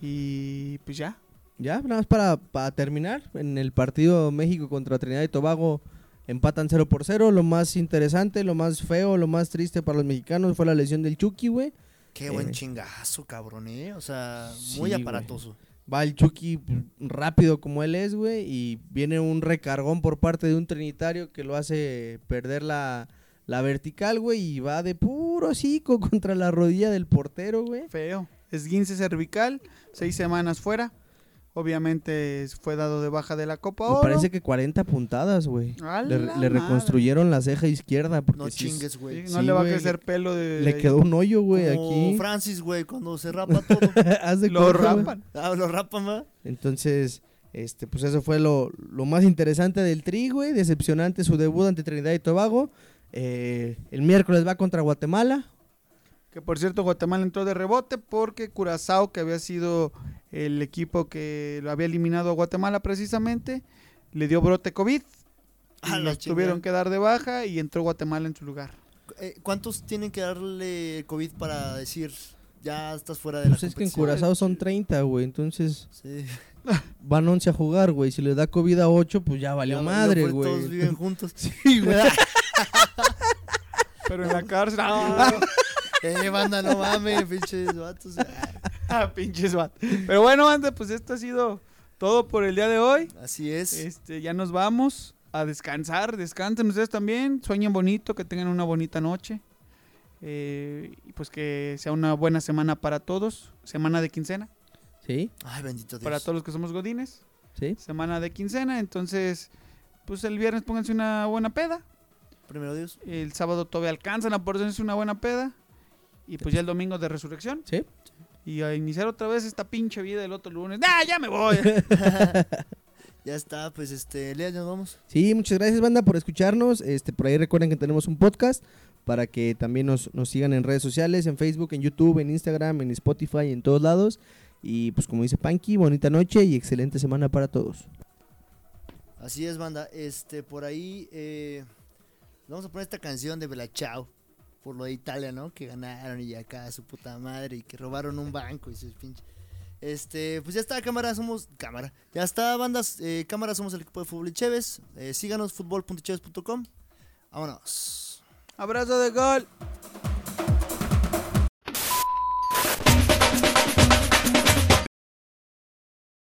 [SPEAKER 1] Y pues ya.
[SPEAKER 3] Ya, nada más para, para terminar, en el partido México contra Trinidad y Tobago empatan 0 por 0. Lo más interesante, lo más feo, lo más triste para los mexicanos fue la lesión del Chucky, güey.
[SPEAKER 2] Qué buen
[SPEAKER 3] Eh.
[SPEAKER 2] chingazo, cabrón, ¿eh? O sea, muy
[SPEAKER 3] Sí,
[SPEAKER 2] aparatoso.
[SPEAKER 3] Va el Chucky rápido como él es, güey, y viene un recargón por parte de un trinitario que lo hace perder la, la vertical, güey, y va de puro hocico contra la rodilla del portero, güey.
[SPEAKER 1] Feo. Esguince cervical, seis semanas fuera. Obviamente fue dado de baja de la Copa
[SPEAKER 3] Me
[SPEAKER 1] Oro.
[SPEAKER 3] parece que 40 puntadas, güey.
[SPEAKER 1] ¡A la
[SPEAKER 3] Le, le
[SPEAKER 1] madre!
[SPEAKER 3] reconstruyeron la ceja izquierda porque
[SPEAKER 2] No
[SPEAKER 3] sí es-
[SPEAKER 2] chingues, güey.
[SPEAKER 1] Sí, no
[SPEAKER 3] Sí,
[SPEAKER 1] le va a
[SPEAKER 3] güey,
[SPEAKER 1] crecer pelo de
[SPEAKER 3] le quedó un hoyo, güey,
[SPEAKER 2] Como
[SPEAKER 3] aquí.
[SPEAKER 2] Francis, güey, cuando se rapa todo.
[SPEAKER 3] Haz de
[SPEAKER 1] lo
[SPEAKER 3] cuenta, güey.
[SPEAKER 1] rapan.
[SPEAKER 2] ah, lo rapa, ma.
[SPEAKER 3] Entonces, este, pues eso fue lo, lo más interesante del Tri, güey. Decepcionante su debut ante Trinidad y Tobago. Eh, el miércoles va contra Guatemala.
[SPEAKER 1] Que por cierto, Guatemala entró de rebote porque Curazao, que había sido el equipo que lo había eliminado a Guatemala precisamente, le dio brote COVID. Y
[SPEAKER 2] Ah, la
[SPEAKER 1] los
[SPEAKER 2] chingada.
[SPEAKER 1] tuvieron que dar de baja y entró Guatemala en su lugar.
[SPEAKER 2] Eh, ¿Cuántos tienen que darle COVID para decir ya estás fuera de
[SPEAKER 3] Pues
[SPEAKER 2] la
[SPEAKER 3] es que en
[SPEAKER 2] competición?
[SPEAKER 3] Curazao son 30, güey. Entonces
[SPEAKER 2] Sí.
[SPEAKER 3] van 11 a jugar, güey. Si le da COVID a 8, pues ya valió
[SPEAKER 2] Ya valió,
[SPEAKER 3] madre,
[SPEAKER 2] pues, Todos
[SPEAKER 3] güey.
[SPEAKER 2] viven juntos.
[SPEAKER 3] Sí, güey.
[SPEAKER 1] Pero en la cárcel.
[SPEAKER 2] eh, banda, no mames, pinches vatos. Ah,
[SPEAKER 1] ¡Ah, pinches vatos. Pero bueno, anda, pues esto ha sido todo por el día de hoy.
[SPEAKER 2] Así es.
[SPEAKER 1] Este, ya nos vamos a descansar. Descansen ustedes también. Sueñen bonito, que tengan una bonita noche. Eh, y pues que sea una buena semana para todos. Semana de quincena.
[SPEAKER 3] Sí,
[SPEAKER 2] Ay, bendito Dios.
[SPEAKER 1] Para todos los que somos godines.
[SPEAKER 3] sí.
[SPEAKER 1] Semana de quincena. Entonces, pues el viernes pónganse una buena peda.
[SPEAKER 2] Primero Dios.
[SPEAKER 1] El sábado todavía alcanzan a ponerse una buena peda. Y pues ya el domingo de resurrección.
[SPEAKER 3] Sí.
[SPEAKER 1] Y a iniciar otra vez esta pinche vida el otro lunes. ¡Ah, ya me voy!
[SPEAKER 2] Ya está, pues este, Lea, ya nos vamos.
[SPEAKER 3] Sí, muchas gracias, banda, por escucharnos. Este, por ahí recuerden que tenemos un podcast para que también nos, nos sigan en redes sociales, en Facebook, en YouTube, en Instagram, en Spotify, en todos lados. Y pues como dice Panky, bonita noche y excelente semana para todos.
[SPEAKER 2] Así es, banda. Este, por ahí eh, vamos a poner esta canción de Bella Ciao. Por lo de Italia, ¿no? Que ganaron y acá su puta madre y que robaron un banco y sus pinches. Este, pues ya está, cámara, somos. Cámara. Ya está, bandas, eh, cámara, somos el equipo de fútbol y Chévez. Eh, síganos, fútbol.cheves.com. Vámonos.
[SPEAKER 1] Abrazo de gol.